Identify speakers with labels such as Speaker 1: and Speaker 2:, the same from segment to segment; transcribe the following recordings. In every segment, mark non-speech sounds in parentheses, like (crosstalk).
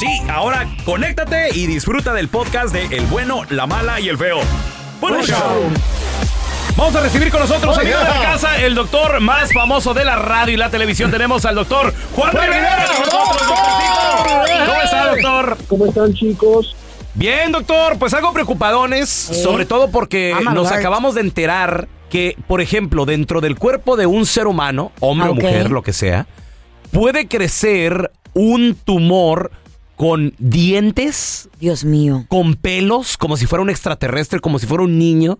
Speaker 1: Sí, ahora conéctate y disfruta del podcast de El bueno, la mala y el feo. Bueno, show. Vamos a recibir con nosotros,
Speaker 2: Oiga.
Speaker 1: amigos de la casa, el doctor más famoso de la radio y la televisión. Tenemos al doctor Juan Rivera con nosotros, doctorcito. ¿Cómo está, doctor?
Speaker 3: ¿Cómo están, chicos?
Speaker 1: Bien, doctor, pues algo preocupadones, sobre todo porque
Speaker 4: I'm
Speaker 1: nos
Speaker 4: alert.
Speaker 1: acabamos de enterar que, por ejemplo, dentro del cuerpo de un ser humano, hombre
Speaker 4: Ah, ok.
Speaker 1: o mujer, lo que sea, puede crecer un tumor con dientes,
Speaker 4: Dios mío.
Speaker 1: con pelos, como si fuera un extraterrestre, como si fuera un niño.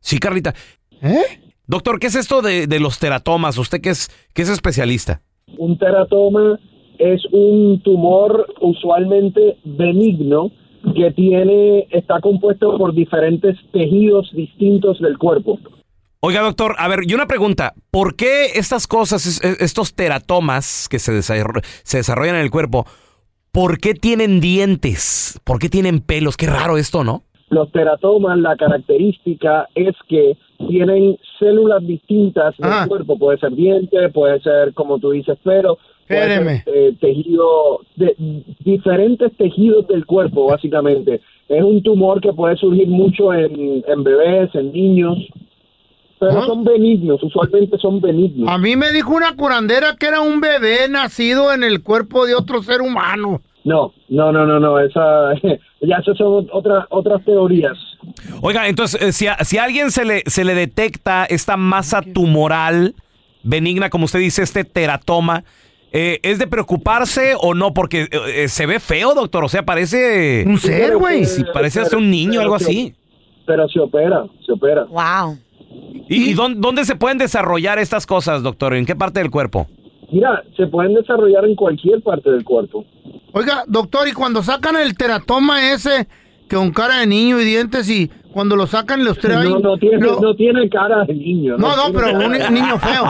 Speaker 1: Sí, Carlita.
Speaker 2: ¿Eh?
Speaker 1: Doctor, ¿qué es esto de, de los teratomas? Usted que es, que es especialista.
Speaker 3: Un teratoma es un tumor usualmente benigno que tiene está compuesto por diferentes tejidos distintos del cuerpo.
Speaker 1: Oiga, doctor, a ver, y una pregunta. ¿Por qué estas cosas, es- es- estos teratomas que se, desarro- se desarrollan en el cuerpo, ¿por qué tienen dientes? ¿Por qué tienen pelos? Qué raro esto, ¿no?
Speaker 3: Los teratomas, la característica es que tienen células distintas del
Speaker 2: Ah.
Speaker 3: cuerpo. Puede ser diente, puede ser, como tú dices, pero
Speaker 2: Espéreme.
Speaker 3: eh, tejido, de, diferentes tejidos del cuerpo, básicamente. Es un tumor que puede surgir mucho en, en bebés, en niños, pero
Speaker 2: Ah.
Speaker 3: son benignos, usualmente son benignos.
Speaker 2: A mí me dijo una curandera que era un bebé nacido en el cuerpo de otro ser humano.
Speaker 3: No, no, no, no, no, esa, (laughs) ya esas son otras, otras teorías.
Speaker 1: Oiga, entonces, eh, si a, si a alguien se le, se le detecta esta masa tumoral benigna, como usted dice, este teratoma, eh, ¿es de preocuparse o no? Porque eh, eh, se ve feo, doctor. O sea, parece...
Speaker 2: Un ser, güey.
Speaker 1: Sí, parece hasta un niño, algo así.
Speaker 3: Pero se opera, se opera.
Speaker 4: Wow.
Speaker 1: ¿Y, y dónde, dónde se pueden desarrollar estas cosas, doctor? ¿En qué parte del cuerpo?
Speaker 3: Mira, se pueden desarrollar en cualquier parte del cuerpo.
Speaker 2: Oiga, doctor, y cuando sacan el teratoma ese, que con cara de niño y dientes, y cuando lo sacan los traen...
Speaker 3: No, no tiene,
Speaker 2: lo-
Speaker 3: no tiene cara de niño.
Speaker 2: No, no,
Speaker 3: tiene
Speaker 4: (laughs)
Speaker 2: pero
Speaker 3: cara
Speaker 2: un
Speaker 3: de-
Speaker 2: niño
Speaker 1: (laughs)
Speaker 2: feo.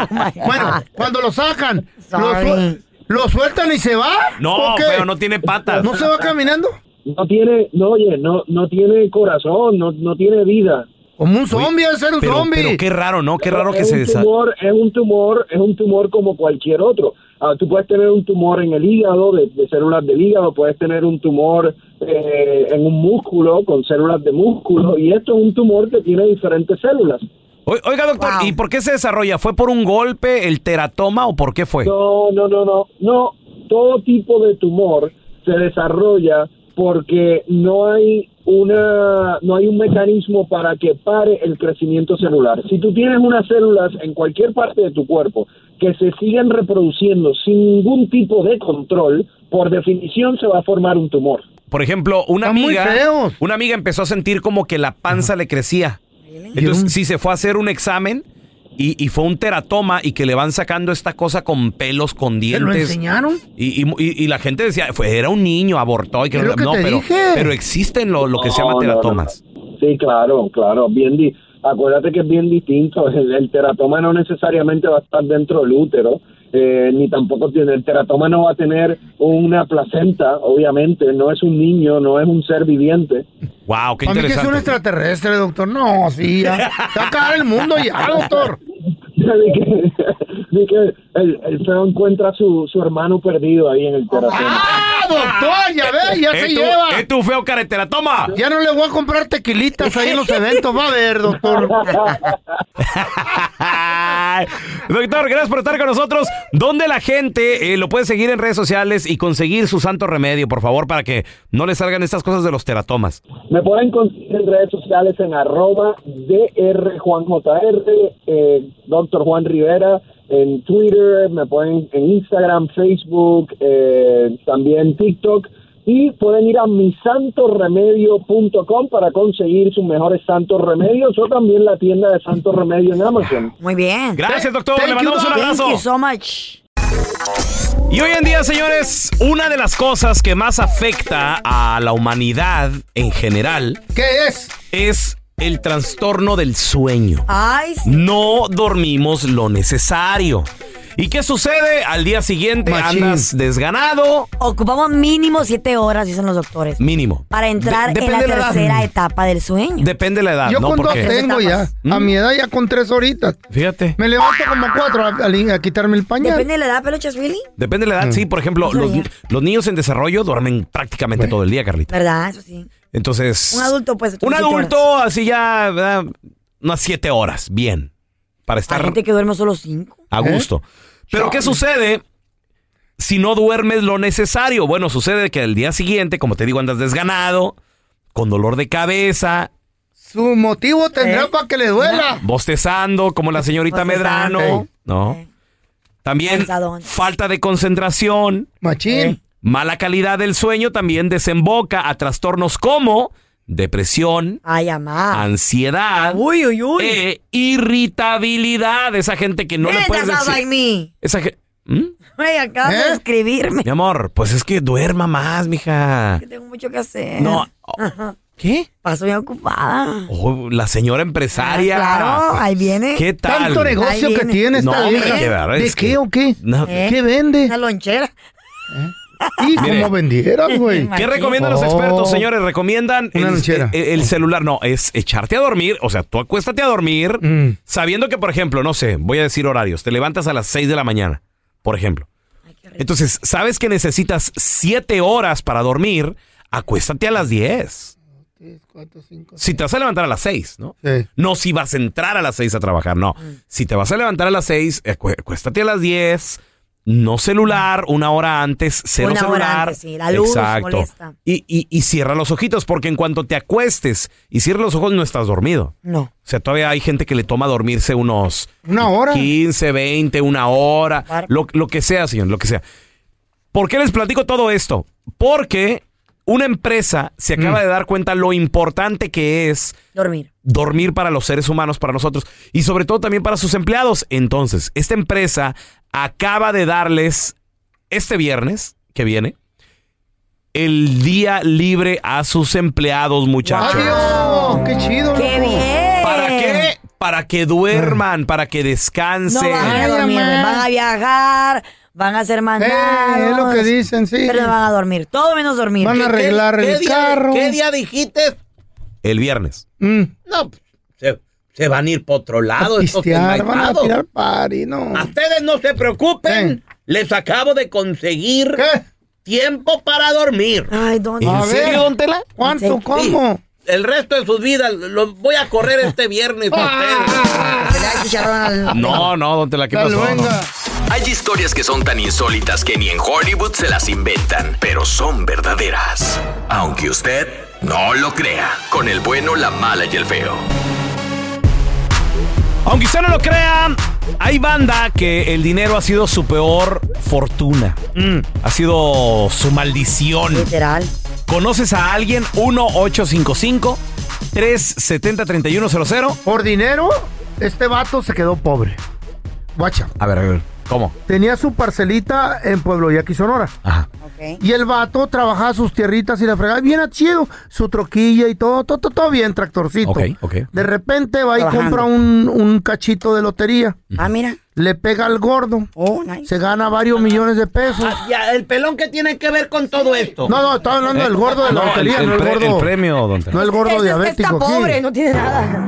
Speaker 2: Bueno, cuando lo sacan, lo,
Speaker 4: Oh Sorry.
Speaker 2: suel- lo sueltan y se va.
Speaker 1: No,
Speaker 2: ¿O qué?
Speaker 1: pero no tiene patas.
Speaker 2: ¿No se va caminando?
Speaker 3: No tiene, no, oye, no, no tiene corazón, no, no tiene vida.
Speaker 2: Como un zombie, debe ser un
Speaker 1: pero,
Speaker 2: zombie.
Speaker 1: pero qué raro, ¿no? Qué raro que
Speaker 3: es
Speaker 1: se
Speaker 3: un
Speaker 1: desa-
Speaker 3: tumor, Es un tumor, es un tumor como cualquier otro. Ah, tú puedes tener un tumor en el hígado, de, de células del hígado, puedes tener un tumor eh, en un músculo, con células de músculo, y esto es un tumor que tiene diferentes células.
Speaker 1: O- Oiga, doctor,
Speaker 4: Wow.
Speaker 1: ¿y por qué se desarrolla? ¿Fue por un golpe, el teratoma o por qué fue?
Speaker 3: No, no, no, no, no. Todo tipo de tumor se desarrolla porque no hay una, no hay un mecanismo para que pare el crecimiento celular. Si tú tienes unas células en cualquier parte de tu cuerpo que se siguen reproduciendo sin ningún tipo de control, por definición se va a formar un tumor.
Speaker 1: Por ejemplo, una
Speaker 2: Están muy
Speaker 1: amiga,
Speaker 2: feos.
Speaker 1: una amiga empezó a sentir como que la panza le crecía. Entonces, sí, se fue a hacer un examen y, y fue un teratoma y que le van sacando esta cosa con pelos, con
Speaker 2: ¿Te lo
Speaker 1: dientes.
Speaker 2: enseñaron?
Speaker 1: Y, y- y- y la gente decía, fue, era un niño, abortó. Y que,
Speaker 2: Es lo que
Speaker 1: no,
Speaker 2: te
Speaker 1: pero,
Speaker 2: dije.
Speaker 1: pero existen lo, lo que se
Speaker 3: No, no,
Speaker 1: llama
Speaker 3: no.
Speaker 1: teratomas.
Speaker 3: Sí, claro, claro. Bien di- (laughs) Acuérdate que es bien distinto. El, el teratoma no necesariamente va a estar dentro del útero. eh, ni tampoco tiene, el teratoma no va a tener una placenta, obviamente, no es un niño, no es un ser viviente.
Speaker 1: Wow, qué
Speaker 2: A mí que es un
Speaker 1: interesante.
Speaker 2: extraterrestre, doctor.
Speaker 3: (laughs)
Speaker 2: No, sí, ya. Está acá el mundo ya,
Speaker 1: (laughs)
Speaker 2: doctor.
Speaker 3: de que, de que el, el feo encuentra a su, su hermano perdido ahí en el teratoma.
Speaker 2: ¡Ah, doctor! Ya ve, ya
Speaker 1: Es
Speaker 2: se
Speaker 1: tu-
Speaker 2: lleva.
Speaker 1: es tu feo carretera, toma.
Speaker 2: Ya no le voy a comprar tequilitas ahí en los eventos. Va a ver, doctor.
Speaker 1: Doctor, gracias por estar con nosotros. ¿Dónde la gente eh, lo puede seguir en redes sociales y conseguir su santo remedio, por favor, para que no le salgan estas cosas de los teratomas?
Speaker 3: Me pueden conseguir en redes sociales en arroba drjuanjr, eh, Dr. Juan Rivera, en Twitter, me pueden en Instagram, Facebook, eh, también TikTok. Y pueden ir a misantoremedio.com para conseguir sus mejores santos remedios o también la tienda de Santo Remedio en Amazon.
Speaker 4: Muy bien.
Speaker 1: Gracias, doctor.
Speaker 2: Thank
Speaker 1: le
Speaker 2: you,
Speaker 1: mandamos un
Speaker 2: doc.
Speaker 1: abrazo.
Speaker 4: Thank you so much.
Speaker 1: Y hoy en día, señores, una de las cosas que más afecta a la humanidad en general
Speaker 2: ¿Qué es?
Speaker 1: es el trastorno del sueño.
Speaker 4: Ay, sí.
Speaker 1: No dormimos lo necesario. ¿Y qué sucede? Al día siguiente
Speaker 2: Machín.
Speaker 1: andas desganado,
Speaker 4: ocupamos mínimo siete horas, dicen los doctores,
Speaker 1: mínimo.
Speaker 4: para entrar
Speaker 1: De-
Speaker 4: en la
Speaker 1: depende de edad.
Speaker 4: tercera etapa del sueño.
Speaker 1: Depende de la edad,
Speaker 2: Yo
Speaker 1: ¿no?
Speaker 2: con dos
Speaker 1: Porque-
Speaker 2: tengo ya. A
Speaker 1: Mm.
Speaker 2: mi edad ya con tres horitas.
Speaker 1: Fíjate.
Speaker 2: Me levanto como cuatro a, a- a quitarme el pañal.
Speaker 4: Depende de la edad, peluches, Willy.
Speaker 1: Depende de la edad,
Speaker 4: Mm.
Speaker 1: sí. Por ejemplo,
Speaker 4: Eso
Speaker 1: los,
Speaker 4: ya.
Speaker 1: los niños en desarrollo duermen prácticamente todo el día, Carlita.
Speaker 4: ¿Verdad? Eso sí.
Speaker 1: Entonces.
Speaker 4: Un adulto, pues,
Speaker 1: Un
Speaker 4: siete
Speaker 1: adulto, así ya. ¿verdad? Unas siete horas, bien. Para
Speaker 4: Hay
Speaker 1: estar
Speaker 4: gente que duerme solo cinco.
Speaker 1: a
Speaker 4: ¿Eh?
Speaker 1: gusto. Pero, ¿qué sucede si no duermes lo necesario? Bueno, sucede que al día siguiente, como te digo, andas desganado, con dolor de cabeza,
Speaker 2: Su motivo tendrá
Speaker 4: ¿Eh?
Speaker 2: para que le duela.
Speaker 1: bostezando, como la señorita
Speaker 4: Bostezando.
Speaker 1: Medrano. ¿No?
Speaker 4: Eh.
Speaker 1: También
Speaker 4: Cansadón.
Speaker 1: falta de concentración.
Speaker 4: Eh.
Speaker 2: Machín.
Speaker 1: Mala calidad del sueño también desemboca a trastornos como depresión,
Speaker 4: Ay, amá.
Speaker 1: ansiedad
Speaker 4: Uy, uy, uy.
Speaker 1: e irritabilidad. Esa gente Eh, que no le
Speaker 4: Get
Speaker 1: puedes
Speaker 4: us out by
Speaker 1: decir.
Speaker 4: me.
Speaker 1: Esa ge- ¿Mm?
Speaker 4: ¿Eh? Ay, acabas
Speaker 2: ¿Eh?
Speaker 4: de escribirme.
Speaker 1: Mi amor, pues es que duerma más, mija.
Speaker 4: Que tengo mucho que hacer. (laughs)
Speaker 1: No. oh, ¿Qué?
Speaker 4: Paso bien ocupada.
Speaker 1: Oh, la señora empresaria.
Speaker 4: Ah, claro, ahí viene.
Speaker 1: ¿Qué tal?
Speaker 2: Tanto negocio
Speaker 4: Ahí
Speaker 2: que
Speaker 4: viene.
Speaker 2: tiene esta
Speaker 1: No,
Speaker 2: vieja.
Speaker 1: de verdad,
Speaker 2: ¿De
Speaker 1: es
Speaker 2: qué
Speaker 1: que-
Speaker 2: o qué?
Speaker 1: No,
Speaker 4: ¿Eh?
Speaker 2: ¿Qué vende? ¿Eh?
Speaker 4: Una lonchera.
Speaker 2: Y
Speaker 1: Mire.
Speaker 2: como
Speaker 4: (laughs)
Speaker 2: vendieras, güey.
Speaker 1: ¿Qué
Speaker 4: Imagínate.
Speaker 1: recomiendan los
Speaker 2: Oh.
Speaker 1: expertos, señores? Recomiendan
Speaker 2: Una
Speaker 1: el,
Speaker 2: lonchera.
Speaker 1: el- el celular. No, es echarte a dormir. O sea, tú acuéstate a dormir
Speaker 2: Mm.
Speaker 1: sabiendo que, por ejemplo, no sé, voy a decir horarios. Te levantas a las 6 de la mañana, por ejemplo. Entonces, sabes que necesitas 7 horas para dormir. Acuéstate a las 10. Si te vas a levantar a las 6, ¿no?
Speaker 2: Sí.
Speaker 1: No si vas a entrar a las 6 a trabajar, no.
Speaker 4: Mm.
Speaker 1: Si te vas a levantar a las 6, acuéstate a las 10. No celular, una hora antes, cero
Speaker 4: Una hora
Speaker 1: celular.
Speaker 4: antes, sí, la luz molesta.
Speaker 1: Y, y- y cierra los ojitos, porque en cuanto te acuestes y cierras los ojos, no estás dormido.
Speaker 4: No.
Speaker 1: O sea, todavía hay gente que le toma dormirse unos
Speaker 2: Una hora.
Speaker 1: 15, 20, una hora,
Speaker 4: Claro.
Speaker 1: lo, lo que sea, señor, lo que sea. ¿Por qué les platico todo esto? Porque una empresa se acaba de dar cuenta lo importante que es
Speaker 4: Dormir.
Speaker 1: dormir para los seres humanos, para nosotros y sobre todo también para sus empleados. Entonces, esta empresa acaba de darles este viernes que viene el día libre a sus empleados, muchachos.
Speaker 2: ¡Adiós! ¡Qué chido!
Speaker 4: ¡Qué
Speaker 2: loco.
Speaker 4: bien!
Speaker 1: ¿Para qué? Para que duerman, para que
Speaker 4: No
Speaker 1: descansen.
Speaker 4: van a
Speaker 2: Ay,
Speaker 4: dormir.
Speaker 2: amá.
Speaker 4: Van a viajar, van a ser mandados.
Speaker 2: Eh, es lo que dicen, sí.
Speaker 4: Pero no van a dormir. Todo menos dormir.
Speaker 2: Van a arreglar el carro.
Speaker 1: dijiste? El viernes.
Speaker 2: Mm.
Speaker 1: No, se, van a ir por otro
Speaker 2: A pistear, van a tirar party, no.
Speaker 1: ustedes no se preocupen. Les acabo de conseguir
Speaker 2: ¿Qué?
Speaker 1: tiempo para dormir.
Speaker 4: Ay, ¿dónde?
Speaker 1: ¿En
Speaker 2: A ver.
Speaker 1: serio, don Tela?
Speaker 2: ¿Cuánto?
Speaker 4: Sí.
Speaker 2: ¿Cómo?
Speaker 1: El resto de sus vidas los voy a correr este viernes. (laughs)
Speaker 4: Se le da el chicharrón al...
Speaker 1: No, no, don Tela, ¿qué
Speaker 2: La
Speaker 1: pasó?
Speaker 2: luenga.
Speaker 5: Hay historias que son tan insólitas que ni en Hollywood se las inventan, pero son verdaderas. Aunque usted no lo crea, con el bueno, la mala y el feo.
Speaker 1: Aunque usted no lo crea, hay banda que el dinero ha sido su peor fortuna. Ha sido su maldición.
Speaker 4: Mm. Literal.
Speaker 1: ¿Conoces a alguien? 1-855-370-3100.
Speaker 2: Por dinero, este vato se quedó pobre. Guacha.
Speaker 1: A ver, a ver. ¿Cómo?
Speaker 2: Tenía su parcelita en Pueblo Yaqui, Sonora.
Speaker 1: Ajá.
Speaker 2: Y el vato trabajaba sus tierritas y la fregaba. Bien chido. Su troquilla y todo, todo, todo, todo bien, tractorcito.
Speaker 1: Ok, ok.
Speaker 2: De repente va y
Speaker 4: Trabajando.
Speaker 2: compra un, un cachito de lotería.
Speaker 4: Ah, mira.
Speaker 2: Le pega al gordo.
Speaker 4: Oh, nice.
Speaker 2: Se gana varios millones de pesos.
Speaker 6: Ah, Ya, el pelón que tiene que ver con todo esto.
Speaker 2: No, no, estaba hablando del gordo de la
Speaker 1: Eh, No, el,
Speaker 2: lotería,
Speaker 1: el
Speaker 2: no el
Speaker 1: pre- el
Speaker 2: gordo.
Speaker 1: premio, don
Speaker 2: No
Speaker 1: Tela.
Speaker 2: el gordo
Speaker 4: Ese es que
Speaker 2: diabético.
Speaker 4: Está
Speaker 2: aquí.
Speaker 4: pobre, no tiene nada.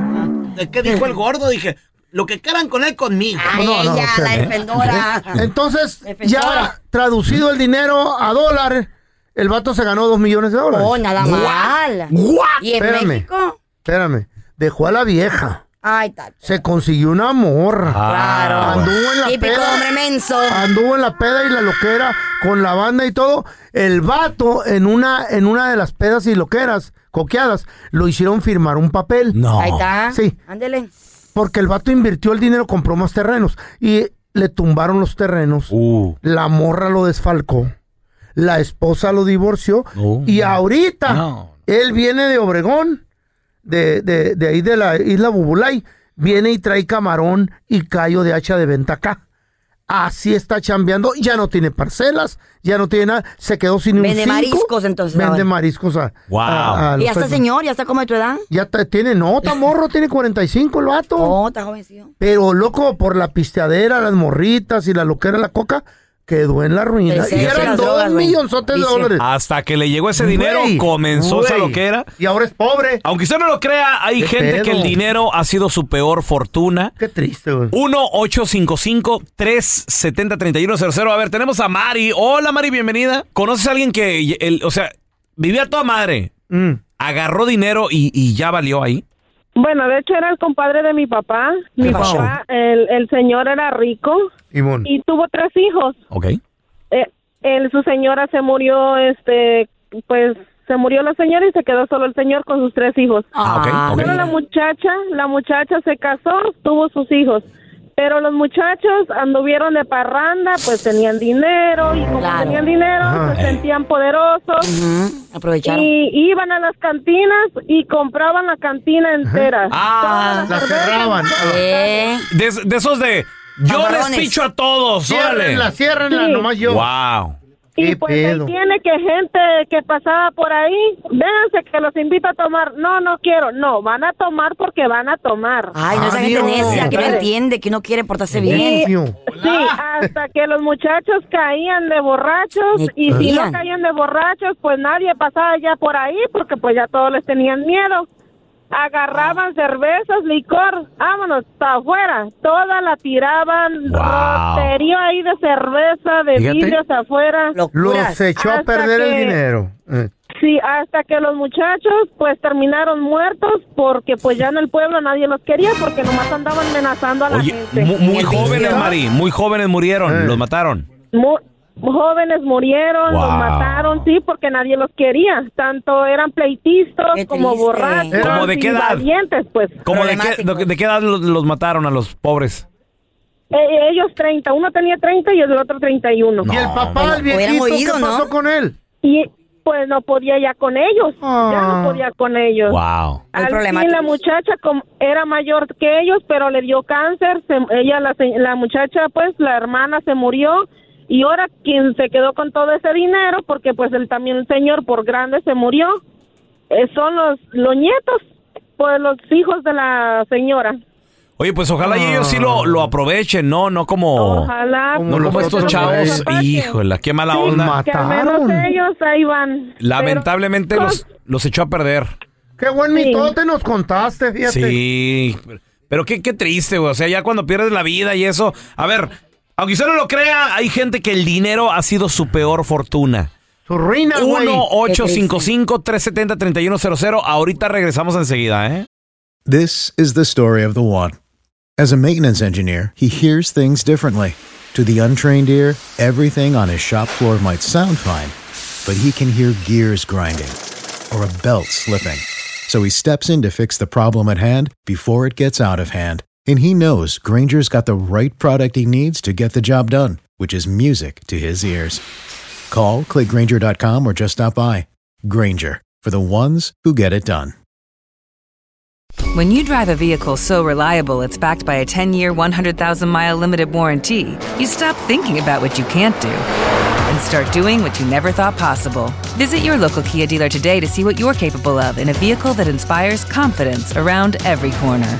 Speaker 6: ¿De ¿Qué dijo el gordo? Dije, lo que quieran con él conmigo.
Speaker 4: Ay,
Speaker 2: no, no,
Speaker 4: ella,
Speaker 2: ok.
Speaker 4: la defendora.
Speaker 2: (laughs) Entonces,
Speaker 4: Defensora.
Speaker 2: ya traducido el dinero a dólar, el vato se ganó dos millones de dólares.
Speaker 4: Oh, nada mal. ¿Y en
Speaker 2: Espérame.
Speaker 4: México?
Speaker 2: Espérame, dejó a la vieja.
Speaker 4: Ay, tato.
Speaker 2: Se consiguió una
Speaker 1: Ah,
Speaker 2: morra.
Speaker 4: Claro.
Speaker 2: Anduvo en la
Speaker 4: Típico
Speaker 2: peda.
Speaker 4: hombre menso.
Speaker 2: Anduvo en la peda y la loquera con la banda y todo. El vato en una, en una de las pedas y loqueras, coqueadas, lo hicieron firmar un papel.
Speaker 1: No.
Speaker 4: Ahí está.
Speaker 2: Sí.
Speaker 4: Ándele.
Speaker 2: Porque el vato invirtió el dinero, compró más terrenos y le tumbaron los terrenos.
Speaker 1: Uh.
Speaker 2: La morra lo desfalcó. La esposa lo divorció.
Speaker 1: No.
Speaker 2: y ahorita
Speaker 1: No.
Speaker 2: él viene de Obregón, de, de- de ahí de la isla Bubulay. Viene y trae camarón y callo de hacha de venta acá. Así está chambeando. Ya no tiene parcelas, ya no tiene nada. Se quedó sin un
Speaker 4: Vende
Speaker 2: cinco.
Speaker 4: mariscos, entonces,
Speaker 2: Vende
Speaker 4: ahora.
Speaker 2: mariscos a.
Speaker 1: Wow.
Speaker 2: a- a
Speaker 4: ¿Y
Speaker 2: los
Speaker 4: ya está
Speaker 2: paisanos.
Speaker 4: señor? ¿Ya está como de tu edad?
Speaker 2: Ya está- tiene, no, está morro, tiene 45 el vato.
Speaker 4: Oh, está jovencillo.
Speaker 2: Pero loco, por la pisteadera, las morritas y la loquera, la coca, quedó en la ruina.
Speaker 4: Sí,
Speaker 2: Y
Speaker 4: sí,
Speaker 2: eran
Speaker 4: las
Speaker 2: dos
Speaker 4: drogas, güey.
Speaker 2: millonzotes de
Speaker 4: Vicio.
Speaker 2: dólares.
Speaker 5: Ah,
Speaker 1: Hasta que le llegó ese dinero,
Speaker 2: Güey,
Speaker 1: comenzó esa
Speaker 2: güey.
Speaker 1: loquera.
Speaker 2: Y ahora es pobre.
Speaker 1: Aunque usted no lo crea, hay
Speaker 2: ¿Qué
Speaker 1: gente
Speaker 2: pedo?
Speaker 1: que el dinero ha sido su peor fortuna.
Speaker 2: (laughs) Qué triste, güey.
Speaker 1: 1-855-370-3100. A ver, tenemos a Mari. Hola, Mari, bienvenida. ¿Conoces a alguien que, el- o sea, vivía a toda madre?
Speaker 2: Mm.
Speaker 1: Agarró dinero y, y ya valió ahí.
Speaker 7: Bueno, de hecho era el compadre de mi papá. Mi
Speaker 2: pasó?
Speaker 7: papá, el, el señor era rico
Speaker 2: Simón.
Speaker 7: y tuvo tres hijos.
Speaker 1: Ok.
Speaker 7: Eh, él- su señora se murió, este, pues se murió la señora y se quedó solo el señor con sus tres hijos.
Speaker 1: Ah, ok, ok.
Speaker 7: Pero la muchacha, la muchacha se casó, tuvo sus hijos. Pero los muchachos anduvieron de parranda, pues tenían dinero y como
Speaker 4: Claro.
Speaker 7: tenían dinero
Speaker 2: Ajá.
Speaker 7: se sentían poderosos.
Speaker 4: Ujú, Aprovecharon.
Speaker 7: Y iban a las cantinas y compraban la cantina entera.
Speaker 1: Ah,
Speaker 7: Todas
Speaker 2: La
Speaker 7: las cervezas,
Speaker 2: cerraban.
Speaker 4: Eh,
Speaker 1: De, de esos de, yo
Speaker 4: Camarones.
Speaker 1: les picho a todos, órale.
Speaker 2: Ciérrenla, ciérrenla,
Speaker 7: Sí.
Speaker 2: nomás yo.
Speaker 1: Wow.
Speaker 2: ¿Qué
Speaker 7: Y pues
Speaker 2: pedo?
Speaker 7: ahí tiene que gente que pasaba por ahí, véanse que los invito a tomar. No, no quiero. No, van a tomar porque van a tomar.
Speaker 4: Ay, no, esa gente
Speaker 2: Adiós.
Speaker 4: necia que no
Speaker 7: Compadre.
Speaker 4: entiende, que no quiere portarse bien.
Speaker 2: Necio.
Speaker 7: Sí, hasta que los muchachos caían de borrachos
Speaker 4: Ni
Speaker 7: y si
Speaker 4: crean.
Speaker 7: no caían de borrachos, pues nadie pasaba ya por ahí porque pues ya todos les tenían miedo. Agarraban cervezas, licor, vámonos, para afuera. Toda la tiraban,
Speaker 1: Wow.
Speaker 7: roterío ahí de cerveza, de
Speaker 1: Fíjate.
Speaker 7: vidrios afuera.
Speaker 4: Locuras.
Speaker 2: Los echó a
Speaker 7: Hasta
Speaker 2: perder el
Speaker 7: que-
Speaker 2: dinero. Eh.
Speaker 7: Sí, hasta que los muchachos pues terminaron muertos porque pues ya en el pueblo nadie los quería porque nomás andaban amenazando a la
Speaker 1: Oye,
Speaker 7: gente.
Speaker 1: mu- muy
Speaker 4: El
Speaker 1: jóvenes,
Speaker 4: vicio.
Speaker 1: Mari. Muy jóvenes murieron,
Speaker 2: Eh.
Speaker 1: los mataron.
Speaker 7: Mu- jóvenes murieron, los
Speaker 1: Wow.
Speaker 7: mataron, sí, porque nadie los quería. Tanto eran pleitistas
Speaker 4: Qué
Speaker 7: como
Speaker 4: triste.
Speaker 7: borrachos,
Speaker 1: ¿Como de qué edad?
Speaker 7: invadientes, pues.
Speaker 1: ¿Cómo de qué,
Speaker 4: Problemático.
Speaker 1: de qué edad los, los mataron a los pobres?
Speaker 7: Eh, ellos 30, uno tenía 30 y el otro 31.
Speaker 2: Y el papá, el
Speaker 4: Bueno, hubiéramos
Speaker 2: viejito,
Speaker 4: ido,
Speaker 2: ¿qué
Speaker 4: ¿no?
Speaker 2: pasó con él?
Speaker 7: Y pues no podía ya con ellos, ya
Speaker 2: Ah.
Speaker 7: no podía con ellos.
Speaker 1: Wow.
Speaker 4: Muy
Speaker 7: Al fin
Speaker 4: problemáticos.
Speaker 7: la muchacha com- era mayor que ellos, pero le dio cáncer. se- ella, la, se- la muchacha, pues, la hermana se murió. Y ahora quien se quedó con todo ese dinero, porque pues él también el señor por grande se murió, eh, son los, los nietos, pues los hijos de la señora.
Speaker 1: Oye, pues ojalá y ellos sí lo, lo aprovechen, ¿no? No como,
Speaker 7: Ah. Ojalá. pues,
Speaker 2: Como
Speaker 1: no como
Speaker 2: los
Speaker 1: estos
Speaker 2: otros
Speaker 1: chavos.
Speaker 7: güeyes.
Speaker 1: Híjole, qué mala
Speaker 7: Sí,
Speaker 1: onda.
Speaker 7: que al menos
Speaker 2: mataron.
Speaker 7: ellos ahí van. Pero-
Speaker 1: Lamentablemente los, los echó a perder.
Speaker 2: Qué buen
Speaker 7: Sí.
Speaker 2: mitote nos contaste, fíjate.
Speaker 1: Sí. Pero qué, qué triste, güey. O sea, ya cuando pierdes la vida y eso. A ver, aunque usted no lo crea, hay gente que el dinero ha sido su peor fortuna.
Speaker 2: Su ruina, güey.
Speaker 1: 1-855-370-3100. Ahorita regresamos enseguida, ¿eh?
Speaker 8: This is the story of the one. As a maintenance engineer, he hears things differently. To the untrained ear, everything on his shop floor might sound fine, but he can hear gears grinding or a belt slipping. So he steps in to fix the problem at hand before it gets out of hand. And he knows Granger's got the right product he needs to get the job done, which is music to his ears. Call, click Granger.com, or just stop by. Granger, for the ones who get it done.
Speaker 9: When you drive a vehicle so reliable it's backed by a 10 year, 100,000 mile limited warranty, you stop thinking about what you can't do and start doing what you never thought possible. Visit your local Kia dealer today to see what you're capable of in a vehicle that inspires confidence around every corner.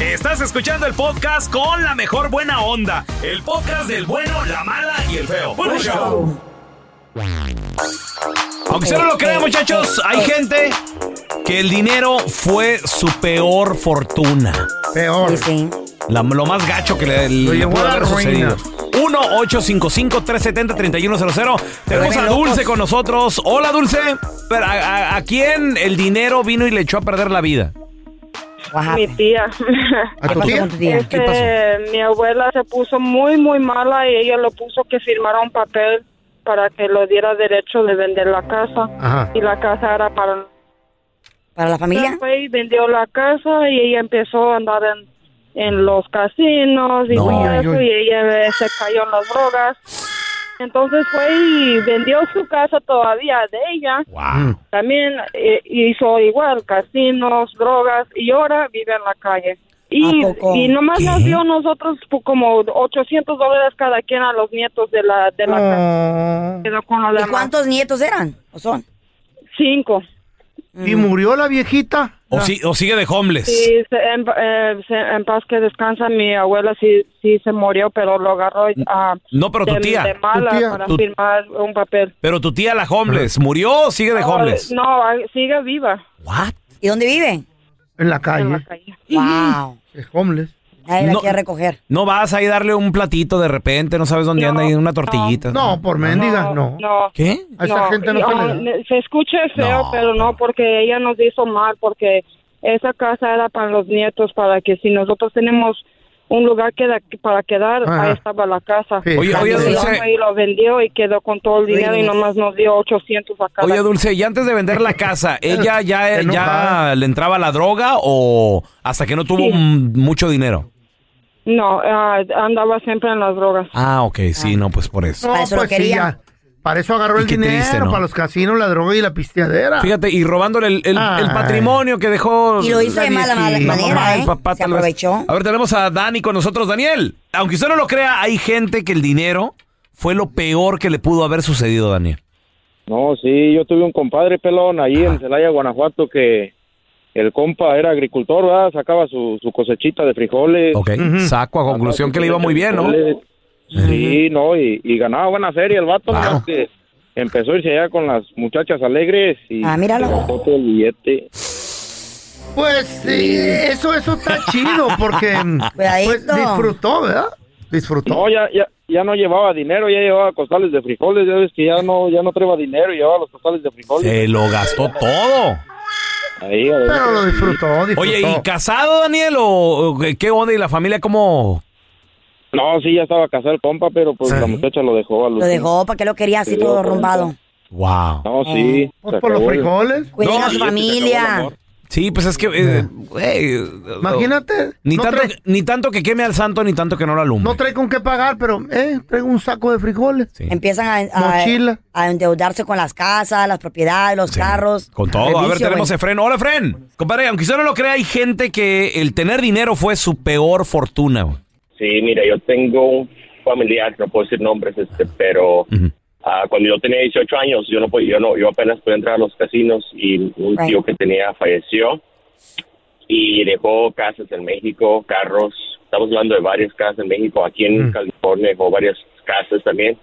Speaker 1: Estás escuchando el podcast con la mejor buena onda. El podcast del bueno, la mala y el feo. Bueno, show. Aunque se no lo crean, muchachos,
Speaker 10: Eh,
Speaker 1: hay gente que el dinero fue su peor fortuna.
Speaker 2: Peor.
Speaker 1: La- lo más gacho que le, le
Speaker 2: llevó
Speaker 1: pudo
Speaker 2: a la
Speaker 1: haber
Speaker 2: ruina.
Speaker 1: sucedido. 1-855-370-3100. Tenemos
Speaker 2: Vuelve
Speaker 1: a
Speaker 2: locos.
Speaker 1: Dulce con nosotros. Hola, Dulce. Pero, ¿a, a- a quién el dinero vino y le echó a perder la vida?
Speaker 11: Mi tía.
Speaker 1: ¿A tu tía?
Speaker 11: Este,
Speaker 1: ¿Qué
Speaker 11: Mi abuela se puso muy, muy mala y ella lo puso que firmara un papel para que le diera derecho de vender la casa.
Speaker 4: Ajá.
Speaker 11: Y la casa era para...
Speaker 4: ¿Para la familia?
Speaker 11: Fue y vendió la casa y ella empezó a andar en, en los casinos y,
Speaker 4: No.
Speaker 11: todo
Speaker 4: Ay,
Speaker 11: eso,
Speaker 4: ay.
Speaker 11: y ella eh, se cayó en las drogas. Entonces fue y vendió su casa todavía de ella. También eh, hizo igual, casinos, drogas, y ahora vive en la calle. Y,
Speaker 7: ¿A poco?
Speaker 11: y nomás nos
Speaker 7: ¿Qué?
Speaker 11: dio nosotros po- como 800 dólares cada quien a los nietos de la, de la casa. Quedó con los
Speaker 4: Ah. ¿Y
Speaker 11: demás.
Speaker 4: cuántos nietos eran? ¿O son?
Speaker 11: Cinco.
Speaker 2: ¿Y murió la viejita?
Speaker 1: O, si- o sigue de homeless.
Speaker 11: Sí, se- en, eh, se- en paz que descansa, mi abuela sí, sí se murió, pero lo agarró ah,
Speaker 1: No, pero tu
Speaker 11: de-
Speaker 1: tía.
Speaker 11: de mala
Speaker 1: Tu tía.
Speaker 11: para
Speaker 1: Tu-
Speaker 11: firmar un papel.
Speaker 1: Pero tu tía, la homeless, ¿murió o sigue de homeless?
Speaker 11: No, ah, sigue viva.
Speaker 1: What?
Speaker 4: ¿Y dónde vive?
Speaker 2: En la calle.
Speaker 4: Wow.
Speaker 2: Es homeless.
Speaker 4: Nadie la
Speaker 1: No.
Speaker 4: quiere recoger.
Speaker 1: ¿No vas ahí a darle un platito de repente? ¿No sabes dónde anda? ahí una tortillita.
Speaker 2: No, por mendiga, no.
Speaker 11: No.
Speaker 1: ¿Qué?
Speaker 2: A esa gente no
Speaker 11: y,
Speaker 2: se le
Speaker 11: ah,
Speaker 2: da.
Speaker 11: ne- se escucha feo, pero no, porque ella nos hizo mal, porque esa casa era para los nietos, para que si nosotros tenemos un lugar que da- para quedar,
Speaker 1: Ajá.
Speaker 11: ahí estaba la casa.
Speaker 1: Sí. Oye, oye,
Speaker 11: Y el
Speaker 1: Dulce.
Speaker 11: hombre lo vendió y quedó con todo el dinero y
Speaker 1: Ruines.
Speaker 11: nomás nos dio 800 a cada
Speaker 1: Oye, Dulce, y antes de vender
Speaker 2: (laughs)
Speaker 1: la casa, ¿ella ya, ya le entraba la droga o hasta que no tuvo
Speaker 11: Sí.
Speaker 1: mm, mucho dinero?
Speaker 11: No, ah, andaba siempre en las drogas.
Speaker 1: Ah, ok, sí, no, pues por eso.
Speaker 2: No, pues sí, ya. Para eso agarró
Speaker 1: Y
Speaker 2: el
Speaker 1: qué
Speaker 2: dinero,
Speaker 1: triste, ¿no?
Speaker 2: para los casinos, la droga y la pisteadera.
Speaker 1: Fíjate, y robándole el, el- el
Speaker 2: Ay.
Speaker 1: patrimonio que dejó.
Speaker 2: Y lo hizo de mala
Speaker 1: viejita,
Speaker 2: manera,
Speaker 1: la mamá,
Speaker 2: ¿eh?
Speaker 1: el papá,
Speaker 2: Se
Speaker 1: tal vez.
Speaker 2: aprovechó.
Speaker 1: A ver, tenemos a Dani con nosotros. Daniel, aunque usted no lo crea, hay gente que el dinero fue lo peor que le pudo haber sucedido, Daniel.
Speaker 12: No, sí, yo tuve un compadre pelón ahí en Celaya, Guanajuato, que el compa era agricultor, ¿verdad? Sacaba su, su cosechita de frijoles.
Speaker 1: Ok, saco
Speaker 12: Ah,
Speaker 1: a conclusión que le iba muy bien, ¿no?
Speaker 12: Sí, no, y, y ganaba buena serie el vato, nomás que empezó a irse allá con las muchachas alegres y
Speaker 4: Ah, míralo.
Speaker 12: se gastó todo el billete.
Speaker 2: Pues sí, eso, eso está chido,
Speaker 4: (laughs)
Speaker 12: (laughs)
Speaker 2: porque pues,
Speaker 12: Cuidadito.
Speaker 2: disfrutó, ¿verdad? Disfrutó.
Speaker 12: No, ya, ya, ya no llevaba dinero, ya llevaba costales de frijoles, ya ves que ya no, ya no traía dinero, llevaba los costales de frijoles.
Speaker 1: Se lo gastó todo.
Speaker 12: Ahí, a ver.
Speaker 2: Pero lo disfrutó, disfrutó.
Speaker 1: Oye, ¿y casado, Daniel? ¿O o qué onda? ¿Y la familia cómo?
Speaker 12: No, sí, ya estaba casado el compa, pero pues la muchacha lo dejó a
Speaker 4: Lo dejó para que lo quería así
Speaker 12: Sí,
Speaker 4: todo
Speaker 12: por
Speaker 4: arrumbado.
Speaker 1: Wow.
Speaker 12: No, sí.
Speaker 2: Oh, pues,
Speaker 12: se acabó el-
Speaker 4: Cuiden a su
Speaker 12: No,
Speaker 4: familia.
Speaker 1: Sí, pues es que, eh, güey,
Speaker 2: Imagínate,
Speaker 1: Ni,
Speaker 2: no
Speaker 1: tanto, que- ni tanto que queme al santo, ni tanto que no lo alumbre.
Speaker 2: No trae con qué pagar, pero, eh, traigo un saco de frijoles.
Speaker 4: Empiezan a, a-
Speaker 2: Mochila.
Speaker 4: a endeudarse con las casas, las propiedades, los carros.
Speaker 1: Con todo. A ver,
Speaker 4: Vicio,
Speaker 1: tenemos
Speaker 4: güey.
Speaker 1: a Efren. Hola, Efren. Compadre, aunque usted no lo crea, hay gente que el tener dinero fue su peor fortuna. güey.
Speaker 10: Sí, mira, yo tengo un familiar, no puedo decir nombres, este, pero ah, cuando yo tenía 18 años, yo no podía, yo no, yo apenas podía entrar a los casinos y un tío que tenía falleció y dejó casas en México, carros, estamos hablando de varias casas en México, aquí
Speaker 4: Mm.
Speaker 10: en California dejó varias casas también.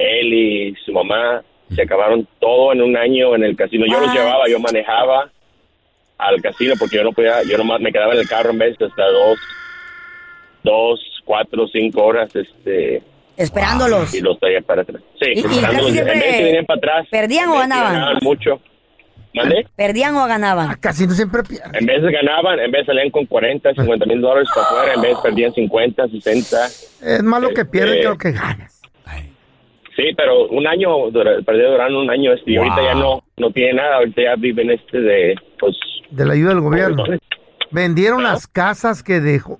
Speaker 10: Él y su mamá se
Speaker 4: Mm.
Speaker 10: acabaron todo en un año en el casino. Yo los
Speaker 4: Ah.
Speaker 10: llevaba, yo manejaba al casino porque yo no podía, yo nomás me quedaba en el carro en vez de hasta dos dos, cuatro, cinco horas este,
Speaker 4: Esperándolos.
Speaker 10: Y los traía para atrás. Sí,
Speaker 4: Y- y
Speaker 10: esperándolos.
Speaker 4: casi
Speaker 10: En vez
Speaker 4: siempre
Speaker 10: que venían para atrás.
Speaker 4: ¿Perdían o
Speaker 10: en vez que
Speaker 4: ganaban?
Speaker 10: ganaban mucho. ¿Mande?
Speaker 4: ¿Perdían o ganaban?
Speaker 2: Ah, Casi no siempre
Speaker 10: En vez ganaban, en vez salían con 40, 50 mil dólares para afuera, en vez perdían 50, 60.
Speaker 2: Es más lo que pierden que
Speaker 10: Eh,
Speaker 2: lo que ganan.
Speaker 10: Sí, pero un año, dura- perdió durante un año este, y
Speaker 2: Wow.
Speaker 10: ahorita ya no, no tiene nada, ahorita ya viven este de, pues...
Speaker 2: De la ayuda del gobierno. Vendieron las casas que dejó.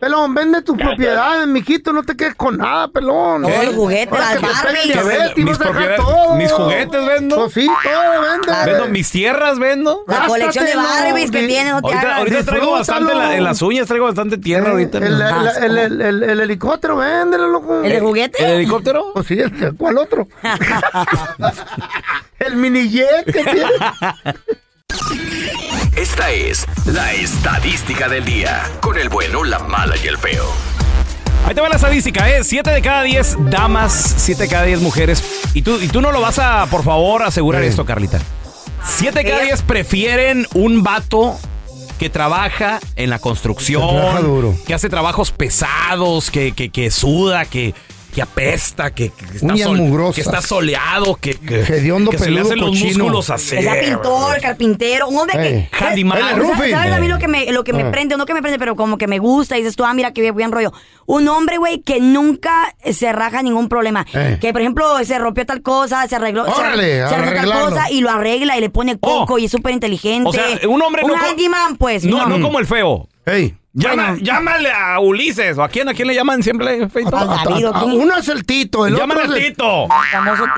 Speaker 2: Pelón, vende tus propiedades, mijito, no te quedes con nada, pelón.
Speaker 4: Todo el juguete,
Speaker 2: Ahora
Speaker 4: las
Speaker 2: que te pegue el
Speaker 4: Barbies.
Speaker 2: diabetes,
Speaker 1: Mis
Speaker 2: vas a dejar
Speaker 1: propiedades-
Speaker 2: todo.
Speaker 1: mis juguetes vendo.
Speaker 2: Pues sí, todo vende.
Speaker 1: Vendo mis tierras, vendo.
Speaker 4: La colección de
Speaker 2: Gástate,
Speaker 4: Barbies que
Speaker 2: no,
Speaker 4: tiene, no te
Speaker 1: Ahorita,
Speaker 4: hagas.
Speaker 1: ahorita traigo bastante en, la- en las uñas, traigo bastante tierra ahorita.
Speaker 2: El, el- el- el- el- el helicóptero, véndelo, loco.
Speaker 1: ¿El de juguete? ¿El helicóptero?
Speaker 2: Pues sí, el- ¿cuál
Speaker 4: (laughs)
Speaker 2: otro? (laughs) el mini jet que tiene.
Speaker 5: Esta es la estadística del día con el bueno, la mala y el feo.
Speaker 1: Ahí te va la estadística, ¿eh? 7 de cada 10 damas, 7 de cada 10 mujeres. Y tú, y tú no lo vas a, por favor, asegurar esto, Carlita. 7 de cada 10 prefieren un vato que trabaja en la construcción,
Speaker 2: Que trabaja duro.
Speaker 1: que hace trabajos pesados, que, que, que suda, que, que apesta, que, que está
Speaker 2: Uñas mugrosas.
Speaker 1: que está soleado, que, que,
Speaker 2: Hediondo,
Speaker 1: que se le
Speaker 2: peludo,
Speaker 1: hacen los
Speaker 2: cochino.
Speaker 1: músculos así.
Speaker 4: Es la
Speaker 2: Eh.
Speaker 4: pintor, carpintero, un hombre
Speaker 1: Ey.
Speaker 4: que...
Speaker 1: Handyman.
Speaker 4: ¿Sabes-
Speaker 1: El roofing.
Speaker 4: ¿Sabes a mí lo que me, lo que me
Speaker 2: Eh.
Speaker 1: Ah.
Speaker 4: prende? No que me prende, pero como que me gusta. Y dices tú, ah, mira qué buen rollo. Un hombre, güey, que nunca se raja ningún problema.
Speaker 2: Ey.
Speaker 4: Que, por ejemplo, se rompió tal cosa, se arregló... se-
Speaker 2: Eh. Órale,
Speaker 4: se arregló tal
Speaker 2: arreglarlo.
Speaker 4: cosa y lo arregla y le pone coco y es súper inteligente.
Speaker 1: Oh. O sea, un hombre
Speaker 4: Un
Speaker 1: no co-
Speaker 4: handyman, pues.
Speaker 1: No, no como el feo. Llama-
Speaker 4: Bueno.
Speaker 1: Llámale a Ulises o a quién, a quién le llaman siempre. Feito?
Speaker 2: Uno es el Tito, el
Speaker 1: Llámale
Speaker 2: otro
Speaker 1: al
Speaker 2: es el-
Speaker 1: Tito.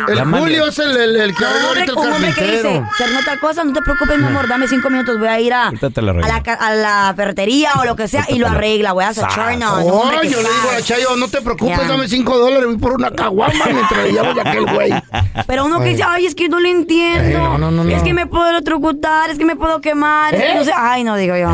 Speaker 2: El
Speaker 1: Llámale.
Speaker 2: Julio es el, el- el que abre
Speaker 4: No, hombre,
Speaker 2: ahorita el
Speaker 4: un hombre que dice,
Speaker 2: carpintero. Eh.
Speaker 4: se armó tal cosa, no te preocupes, mi amor, dame cinco minutos, voy a ir a,
Speaker 1: Ahorita te la arreglo.
Speaker 4: a la, ca- a la ferretería o lo que sea y lo arregla, güey, hace churn on. un
Speaker 2: Oh,
Speaker 4: hombre que
Speaker 2: yo le
Speaker 4: sabe.
Speaker 2: digo a la Chayo, no te preocupes,
Speaker 4: Ya.
Speaker 2: dame 5 dólares, voy por una caguama mientras le llevo a aquel güey.
Speaker 4: (laughs) Pero uno que
Speaker 2: Ay.
Speaker 4: dice, ay, es que no lo entiendo.
Speaker 2: Ey, no, no, no, no.
Speaker 4: Es que me puedo electrocutar, es que me puedo quemar, es que
Speaker 1: ¿Eh?
Speaker 4: no sé. Ay, no, digo yo.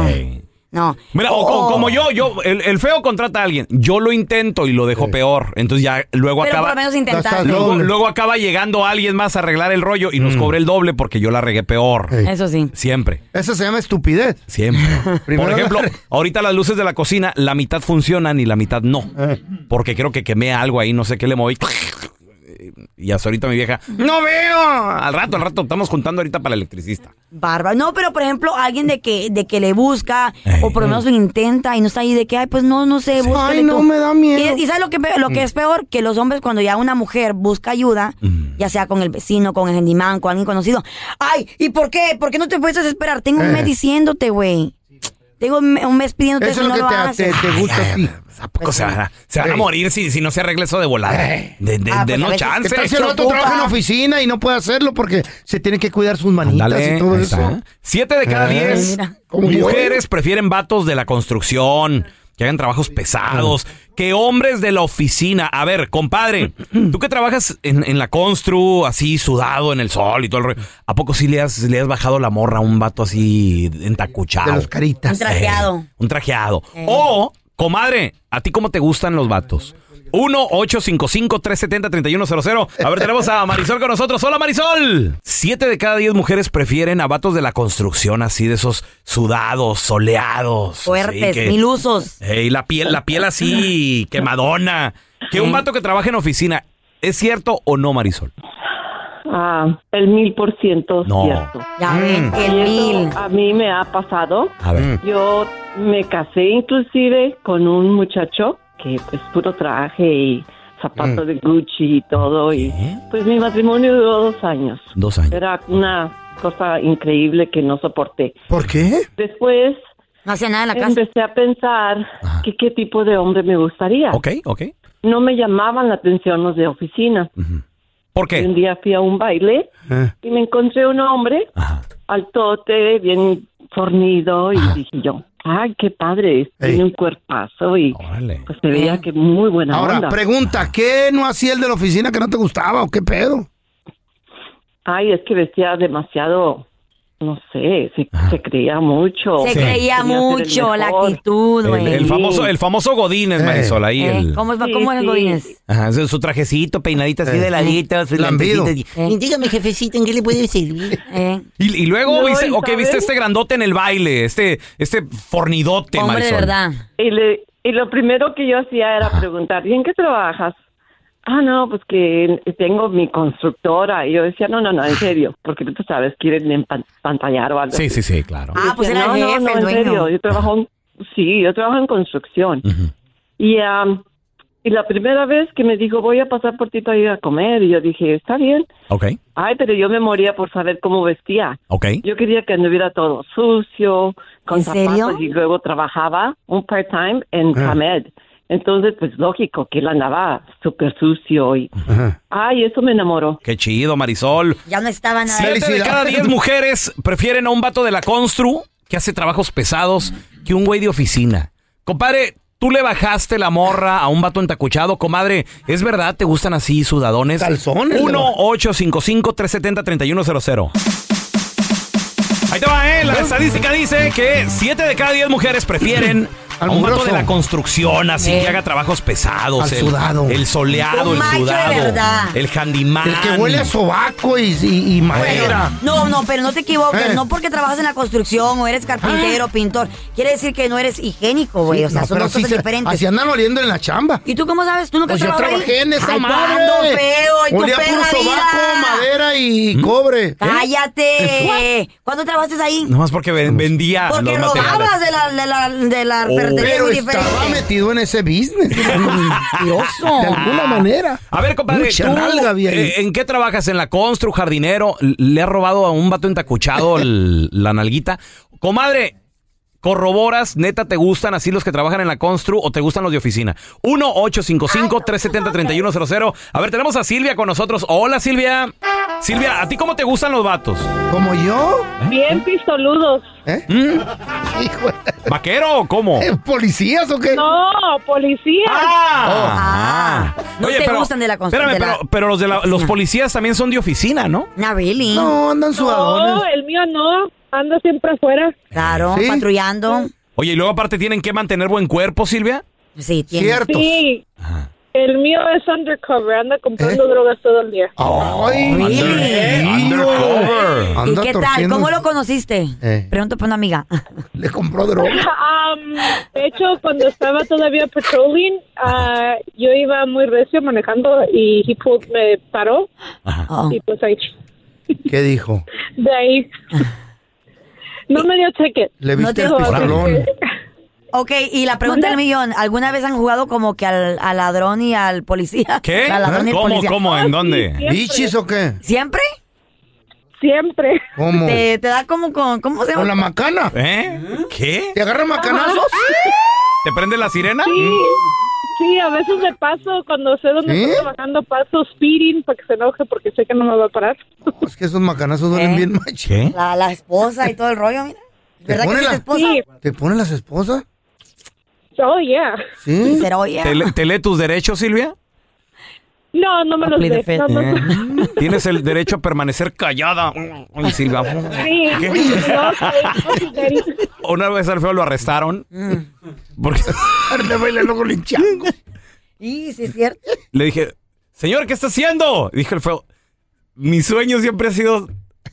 Speaker 4: No.
Speaker 1: Mira, o- o
Speaker 2: Oh.
Speaker 1: como yo, yo, el, el feo contrata a alguien. Yo lo intento y lo dejo peor. Entonces ya luego
Speaker 4: Pero
Speaker 1: acaba.
Speaker 4: por lo menos intentaste. Gastas
Speaker 1: Luego,
Speaker 4: doble.
Speaker 1: luego acaba llegando alguien más a arreglar el rollo y
Speaker 2: Mm.
Speaker 1: nos cobra el doble porque yo la regué peor.
Speaker 4: Eso sí.
Speaker 1: Siempre.
Speaker 2: Eso se llama estupidez.
Speaker 1: Siempre. Por
Speaker 2: (laughs) Primero
Speaker 1: ejemplo, ahorita las luces de la cocina, la mitad funcionan y la mitad no.
Speaker 2: Eh.
Speaker 1: Porque creo que quemé algo ahí, no sé qué le moví. Y hasta ahorita mi vieja, ¡No veo! Al rato, al rato, estamos juntando ahorita para el electricista.
Speaker 4: Barba. No, pero por ejemplo, alguien de que, de que le busca o por lo menos lo intenta y no está ahí de que, ay, pues no, no sé, búscale
Speaker 2: Ay, no,
Speaker 4: tú".
Speaker 2: me da miedo. Mm.
Speaker 4: Y, y ¿sabes lo que, pe- lo que es peor? Que los hombres cuando ya una mujer busca ayuda,
Speaker 2: Mm.
Speaker 4: ya sea con el vecino, con el handyman, con alguien conocido, ay, ¿y por qué? ¿Por qué no te puedes esperar? Tengo un
Speaker 2: Eh.
Speaker 4: mes diciéndote, güey. Tengo un me- un mes pidiéndote
Speaker 2: Eso
Speaker 4: y
Speaker 2: es lo
Speaker 4: no
Speaker 2: que
Speaker 4: lo
Speaker 2: te,
Speaker 4: haces.
Speaker 2: te- te gusta
Speaker 1: Eh,
Speaker 2: a ti.
Speaker 1: ¿A poco
Speaker 2: Pues
Speaker 1: se van a, se van a morir si, si no se arregla eso de volada? De, de-
Speaker 2: Ah, pues,
Speaker 1: de
Speaker 2: a
Speaker 1: no
Speaker 2: veces-
Speaker 1: chance.
Speaker 2: ¿Qué tal si el otro trabaja en la oficina y no puede hacerlo porque se tiene que cuidar sus manitas
Speaker 1: Dale,
Speaker 2: y todo
Speaker 1: ahí
Speaker 2: eso?
Speaker 1: está. Siete de cada
Speaker 2: Ay,
Speaker 1: diez
Speaker 2: mira. ¿Cómo yo?
Speaker 1: mujeres prefieren vatos de la construcción, que hagan trabajos pesados, que hombres de la oficina. A ver, compadre, tú que trabajas en, en la constru, así sudado en el sol y todo el rollo, ¿a poco sí le has, le has bajado la morra a un vato así entacuchado?
Speaker 2: De los caritas.
Speaker 4: Un trajeado.
Speaker 1: Eh, un trajeado. O, comadre, ¿a ti cómo te gustan los vatos? 1-855-370-3100. A ver, tenemos a Marisol con nosotros. ¡Hola, Marisol! Siete de cada diez mujeres prefieren a vatos de la construcción, así de esos sudados, soleados. así
Speaker 4: Fuertes,
Speaker 1: que-
Speaker 4: mil usos.
Speaker 1: Ey, la piel, la
Speaker 4: (laughs)
Speaker 1: piel así, quemadona. Que
Speaker 4: Eh.
Speaker 1: un vato que trabaja en oficina. ¿Es cierto o no, Marisol?
Speaker 13: Ah, el mil por ciento
Speaker 1: No. Mm.
Speaker 13: cierto.
Speaker 4: Ya ven, el
Speaker 13: mil. A mí me ha pasado. Mm.
Speaker 1: A ver.
Speaker 13: Yo me casé inclusive con un muchacho que pues puro traje y
Speaker 1: Mm.
Speaker 13: zapato de Gucci y todo. Y pues mi matrimonio duró dos años.
Speaker 1: Dos
Speaker 13: Era una cosa increíble que no soporté.
Speaker 2: ¿Por qué?
Speaker 13: Después...
Speaker 4: No hacía nada en la
Speaker 13: casa. Empecé a pensar que qué tipo de hombre me gustaría.
Speaker 1: Ok, ok.
Speaker 13: No me llamaban la atención los de oficina.
Speaker 1: ¿Por qué?
Speaker 13: Un día fui a un baile y me encontré un hombre altote, bien fornido, y dije yo, ay, qué padre, tiene un cuerpazo y pues se veía que muy buena
Speaker 2: Ahora,
Speaker 13: onda.
Speaker 2: pregunta, ¿qué no hacía el de la oficina que no te gustaba o qué pedo?
Speaker 13: Ay, es que vestía demasiado, no sé, se, se creía mucho.
Speaker 4: Se creía
Speaker 13: Quería ser el
Speaker 4: mucho la
Speaker 13: mejor.
Speaker 4: actitud,
Speaker 1: El,
Speaker 4: güey.
Speaker 1: el famoso, el famoso Godínez, Marisol, ahí
Speaker 4: Pues Eh,
Speaker 1: el.
Speaker 4: ¿Cómo es,
Speaker 13: Sí,
Speaker 4: cómo es
Speaker 13: sí.
Speaker 4: Godínez?
Speaker 1: Ajá, su su trajecito, peinadita así
Speaker 14: Eh.
Speaker 1: de ladito, sus
Speaker 14: Lambido.
Speaker 1: lentecitos.
Speaker 4: Dígame, jefecito, ¿en qué le puede servir?
Speaker 1: Y, y luego
Speaker 13: No,
Speaker 1: viste,
Speaker 13: ¿y
Speaker 4: ¿eh?
Speaker 1: ok, viste
Speaker 13: sabes?
Speaker 1: este grandote en el baile, este, este fornidote,
Speaker 13: Hombre de
Speaker 1: Marisol.
Speaker 13: verdad. Y le, Y lo primero que yo hacía era preguntar, ¿y en qué trabajas? Ah, no, pues que tengo mi constructora. Y yo decía, no, no, no, en serio, porque tú sabes, quieren empan- pantallar o algo.
Speaker 1: Sí,
Speaker 13: así.
Speaker 1: sí, sí, claro.
Speaker 4: Ah, pues
Speaker 13: Decía,
Speaker 4: era el jefe,
Speaker 13: no,
Speaker 4: el
Speaker 13: en
Speaker 4: dueño.
Speaker 13: serio, yo trabajo, en- sí, yo trabajo en construcción. Y, am, y la primera vez que me dijo, voy a pasar por ti para ir a comer, y yo dije, está bien.
Speaker 1: Ok,
Speaker 13: Ay, pero yo me moría por saber cómo vestía.
Speaker 1: ok.
Speaker 13: Yo quería que anduviera todo sucio, con
Speaker 4: ¿En serio?
Speaker 13: zapatos, y luego trabajaba un part-time en
Speaker 14: Ah.
Speaker 13: Hamed. Entonces, pues lógico que él andaba súper sucio y... Ay, eso me enamoró.
Speaker 1: Qué chido, Marisol.
Speaker 4: Ya no estaba nada.
Speaker 1: Siete de cada diez mujeres prefieren a un vato de la constru que hace trabajos pesados que un güey de oficina. Compadre, tú le bajaste la morra a un vato entacuchado, comadre. ¿Es verdad? ¿Te gustan así sudadones? Calzones. 1-855-370-3100. Ahí te va, ¿eh? La estadística dice que siete de cada diez mujeres prefieren a un vato
Speaker 6: mugroso.
Speaker 1: de la construcción, así
Speaker 6: Eh.
Speaker 1: que haga trabajos pesados.
Speaker 2: Al
Speaker 1: el
Speaker 2: sudado.
Speaker 1: El soleado,
Speaker 4: Un
Speaker 1: el
Speaker 4: macho de
Speaker 1: sudado.
Speaker 4: verdad.
Speaker 1: El handyman.
Speaker 2: El que huele a sobaco y, y, y madera.
Speaker 4: No, no, pero no te equivoques.
Speaker 2: Eh.
Speaker 4: No porque trabajas en la construcción o eres carpintero, pintor. Quiere decir que no eres higiénico, güey. o sea,
Speaker 2: No,
Speaker 4: son
Speaker 2: pero
Speaker 4: dos
Speaker 2: sí
Speaker 4: cosas
Speaker 2: se-
Speaker 4: diferentes.
Speaker 2: Así andan oliendo en la chamba.
Speaker 4: ¿Y tú cómo sabes? ¿Tú nunca
Speaker 2: Pues yo
Speaker 4: trabajado
Speaker 2: trabajé
Speaker 4: ahí?
Speaker 2: en esa
Speaker 4: Ay,
Speaker 2: madre.
Speaker 4: cuándo feo. ¿Y tu
Speaker 2: Olía
Speaker 4: perra
Speaker 2: puro sobaco,
Speaker 4: vida?
Speaker 2: madera y cobre. ¿Eh? (laughs)
Speaker 4: ¡Cállate! ¿Cuándo trabajaste ahí?
Speaker 1: Nomás porque ven- vendía
Speaker 4: Porque
Speaker 1: los
Speaker 4: robabas
Speaker 1: materiales.
Speaker 4: de la, de la, de la
Speaker 1: Oh.
Speaker 4: ferretería
Speaker 1: Pero
Speaker 4: muy
Speaker 1: estaba
Speaker 4: diferente.
Speaker 2: metido en ese business. Mentiroso. De alguna manera.
Speaker 1: A ver, compadre,
Speaker 2: Mucha
Speaker 1: tú,
Speaker 2: nalga había ahí.
Speaker 1: eh, ¿en qué trabajas? ¿En la constru, jardinero? L- ¿Le has robado a un vato entacuchado
Speaker 2: (laughs)
Speaker 1: el- la nalguita? Comadre, ¿corroboras? ¿Neta te gustan así los que trabajan en la constru o te gustan los de oficina? 1-855-370-3100. A ver, tenemos a Silvia con nosotros. Hola, Silvia. Silvia, ¿a ti cómo te gustan los vatos?
Speaker 2: ¿Como yo?
Speaker 14: Bien pistoludos.
Speaker 2: ¿Eh?
Speaker 4: Mm.
Speaker 1: ¿Vaquero o cómo?
Speaker 2: ¿Policías o qué?
Speaker 14: No, policías.
Speaker 2: oh.
Speaker 1: Ah,
Speaker 4: No te gustan de la constru-
Speaker 1: Espérame,
Speaker 4: de la-
Speaker 1: pero, pero los, de la- los policías también son de oficina, ¿no?
Speaker 4: No, really.
Speaker 2: No, andan
Speaker 14: No, el mío no. Anda siempre afuera.
Speaker 4: Claro,
Speaker 1: Sí.
Speaker 4: patrullando.
Speaker 1: Oye, y luego aparte tienen que mantener buen cuerpo, Silvia.
Speaker 4: Sí, tiene.
Speaker 1: Ciertos.
Speaker 14: Sí. El mío es undercover. Anda comprando drogas todo el día.
Speaker 2: ¿Eh? Ay,
Speaker 1: eh,
Speaker 4: Really?
Speaker 2: Undercover.
Speaker 4: ¿Y
Speaker 2: Anda
Speaker 4: qué tal?
Speaker 2: torciendo-
Speaker 4: ¿Cómo lo conociste?
Speaker 2: Eh.
Speaker 4: Pregunto para una amiga.
Speaker 2: (laughs)
Speaker 4: Um,
Speaker 2: Le
Speaker 4: (laughs)
Speaker 2: compró droga.
Speaker 14: Am, de hecho, cuando estaba todavía patrolling, ah, yo iba muy recio manejando y he pulled- me paró.
Speaker 4: Oh.
Speaker 14: Y pues ahí,
Speaker 2: ¿Qué dijo?
Speaker 14: de ahí. No me dio ticket.
Speaker 2: Le
Speaker 14: No
Speaker 2: viste el
Speaker 14: dijo, así
Speaker 2: pistolón.
Speaker 14: que-
Speaker 4: Ok, y la pregunta del millón, ¿alguna vez han jugado como que al, al ladrón y al policía?
Speaker 1: (laughs) ¿Qué?
Speaker 4: (laughs) Al ladrón y al
Speaker 1: ¿Cómo,
Speaker 4: policía. Ah,
Speaker 1: cómo? ¿En dónde?
Speaker 2: ¿Bichis o qué?
Speaker 4: ¿Siempre?
Speaker 14: Siempre.
Speaker 4: (laughs)
Speaker 2: ¿Cómo?
Speaker 4: Te, te da como con, ¿cómo se llama?
Speaker 2: ¿Con la macana?
Speaker 1: ¿Eh? ¿Qué?
Speaker 2: ¿Te agarra macanazos?
Speaker 4: Ah.
Speaker 2: (laughs)
Speaker 1: ¿Te prende la sirena?
Speaker 14: Sí, sí, a veces me paso cuando sé dónde
Speaker 2: ¿Sí?
Speaker 14: estoy trabajando, paso speeding para que se enoje porque sé que no me va a parar.
Speaker 2: Es que esos macanazos duelen bien, macho.
Speaker 4: La, la esposa y todo el rollo, mira. ¿Verdad que
Speaker 2: pone
Speaker 4: sí
Speaker 2: la-
Speaker 4: tu esposa?
Speaker 2: ¿Te ponen las esposas?
Speaker 14: Oh, yeah.
Speaker 2: ¿Sí?
Speaker 4: Pero oye,
Speaker 1: ¿Te, le- te lee tus derechos, Silvia?
Speaker 14: No, no me los
Speaker 1: plead the
Speaker 14: dé.
Speaker 1: fifth.
Speaker 14: No, no,
Speaker 1: Eh. Tienes el derecho a permanecer callada. Ay, Silvia.
Speaker 14: Sí,
Speaker 1: ¿Qué?
Speaker 14: no, soy-
Speaker 1: Una vez al feo lo arrestaron.
Speaker 4: Mm.
Speaker 1: Porque
Speaker 2: Anda bailando con el (laughs) chango.
Speaker 4: y sí es cierto.
Speaker 1: le dije, señor, ¿qué está haciendo? Dijo el feo, mi sueño siempre ha sido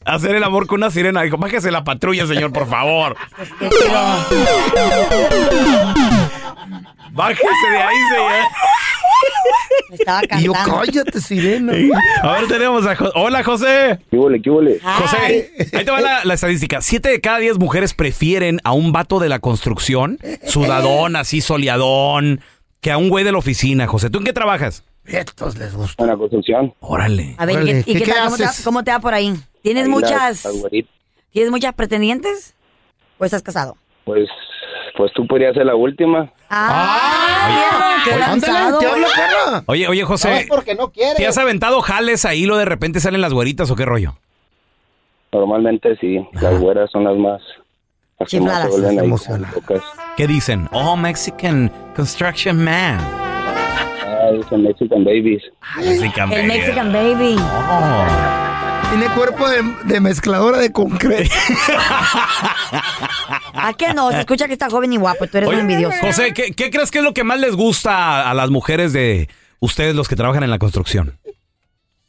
Speaker 1: hacer el amor con una sirena. Dijo, bájese la patrulla, señor, por favor. Bájese de ahí, señor.
Speaker 4: Me estaba
Speaker 2: Y yo,
Speaker 4: cantando.
Speaker 2: cállate, sirena.
Speaker 1: A ver, tenemos a José. Hola, José.
Speaker 12: ¿Qué huele, qué huele?
Speaker 1: José, ahí te va la, la estadística. Siete de cada diez mujeres prefieren a un vato de la construcción, sudadón, así soleadón, que a un güey de la oficina. José, ¿tú en qué trabajas?
Speaker 2: Estos les gusta.
Speaker 12: En la construcción.
Speaker 1: Órale.
Speaker 4: A ver, ¿y
Speaker 2: Órale,
Speaker 4: qué- ¿y qué,
Speaker 2: ¿qué
Speaker 4: tal? ¿Cómo te, va,
Speaker 2: haces?
Speaker 4: cómo te va por ahí? ¿Tienes
Speaker 12: Ahí las-
Speaker 4: muchas
Speaker 12: las güeritas.
Speaker 4: tienes muchas pretendientes? ¿O estás casado?
Speaker 12: Pues, pues tú podrías ser la última.
Speaker 4: ¡Ah! ¡Qué lanzado!
Speaker 2: Ándale, te habla,
Speaker 4: güey.
Speaker 2: Carla.
Speaker 1: Oye, oye, José,
Speaker 2: porque no pues, quieres.
Speaker 1: ¿te has aventado jales ahí lo de repente salen las güeritas o qué rollo?
Speaker 12: Normalmente sí, las güeras son las más... Las que más
Speaker 4: Chifladas.
Speaker 12: se vuelven ahí
Speaker 2: Emociona.
Speaker 12: locas.
Speaker 1: ¿Qué dicen? Oh, Mexican Construction Man.
Speaker 12: Ah, dicen Mexican Babies.
Speaker 1: Ah, Mexican
Speaker 4: El
Speaker 1: baby.
Speaker 4: Mexican Baby.
Speaker 1: Oh.
Speaker 2: Tiene cuerpo de, de mezcladora de concreto.
Speaker 4: (laughs) ¿A qué no? Se escucha que está joven y guapo. Tú eres
Speaker 1: (laughs) Oye,
Speaker 4: un envidioso.
Speaker 1: José, ¿qué, qué crees que es lo que más les gusta a, a las mujeres de ustedes los que trabajan en la construcción?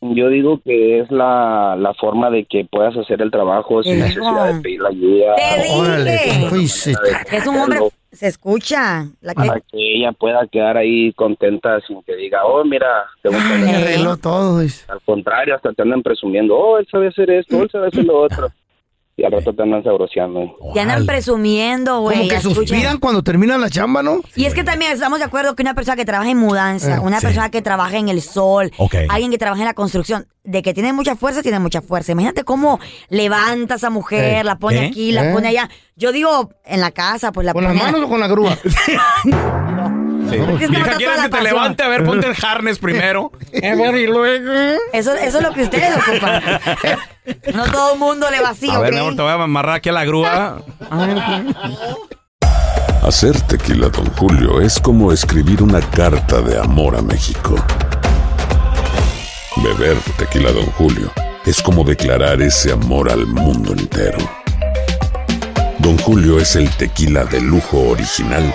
Speaker 12: Yo digo que es la, la forma de que puedas hacer el trabajo sin
Speaker 4: Hijo.
Speaker 12: necesidad de pedir la ayuda.
Speaker 4: Te dije.
Speaker 2: Órale, ¿qué fuiste?
Speaker 4: Es un hombre Se escucha. La
Speaker 2: Ah,
Speaker 4: que...
Speaker 15: para que ella pueda quedar ahí contenta sin que diga, oh, mira, te gusta
Speaker 2: Me arregló todo. dice.
Speaker 15: Al contrario, hasta te andan presumiendo, oh, él sabe hacer esto, él sabe hacer lo otro. Y al rato te andan sabroseando.
Speaker 4: Ya andan presumiendo, güey.
Speaker 2: Como que
Speaker 4: escucha.
Speaker 2: suspiran cuando terminan la chamba, ¿no?
Speaker 4: Y es que también estamos de acuerdo que una persona que trabaja en mudanza,
Speaker 2: Eh,
Speaker 4: una
Speaker 2: sí.
Speaker 4: persona que trabaja en el sol,
Speaker 2: Ok.
Speaker 4: alguien que trabaja en la construcción, de que tiene mucha fuerza, tiene mucha fuerza. Imagínate cómo levanta a esa mujer,
Speaker 2: Eh,
Speaker 4: la pone
Speaker 2: ¿eh?
Speaker 4: aquí, la
Speaker 2: Eh.
Speaker 4: pone allá. Yo digo, en la casa, pues la
Speaker 2: ¿Con
Speaker 4: pone.
Speaker 2: las manos o con
Speaker 4: (laughs)
Speaker 2: la grúa?
Speaker 4: Porque es que
Speaker 1: Vieja,
Speaker 4: mata toda
Speaker 1: ¿quieres que
Speaker 4: la
Speaker 1: te
Speaker 4: pasión. Eh,
Speaker 1: levante? A ver, ponte el
Speaker 4: (laughs)
Speaker 1: harness primero. A ver, y luego.
Speaker 4: Eso, eso es lo que ustedes ocupan. No todo el mundo le vacía,
Speaker 1: A ver,
Speaker 4: ¿ok?
Speaker 1: mi amor, te voy a amarrar aquí a la grúa.
Speaker 4: (laughs)
Speaker 16: Hacer tequila, Don Julio, es como escribir una carta de amor a México. Beber tequila, Don Julio, es como declarar ese amor al mundo entero. Don Julio es el tequila de lujo original,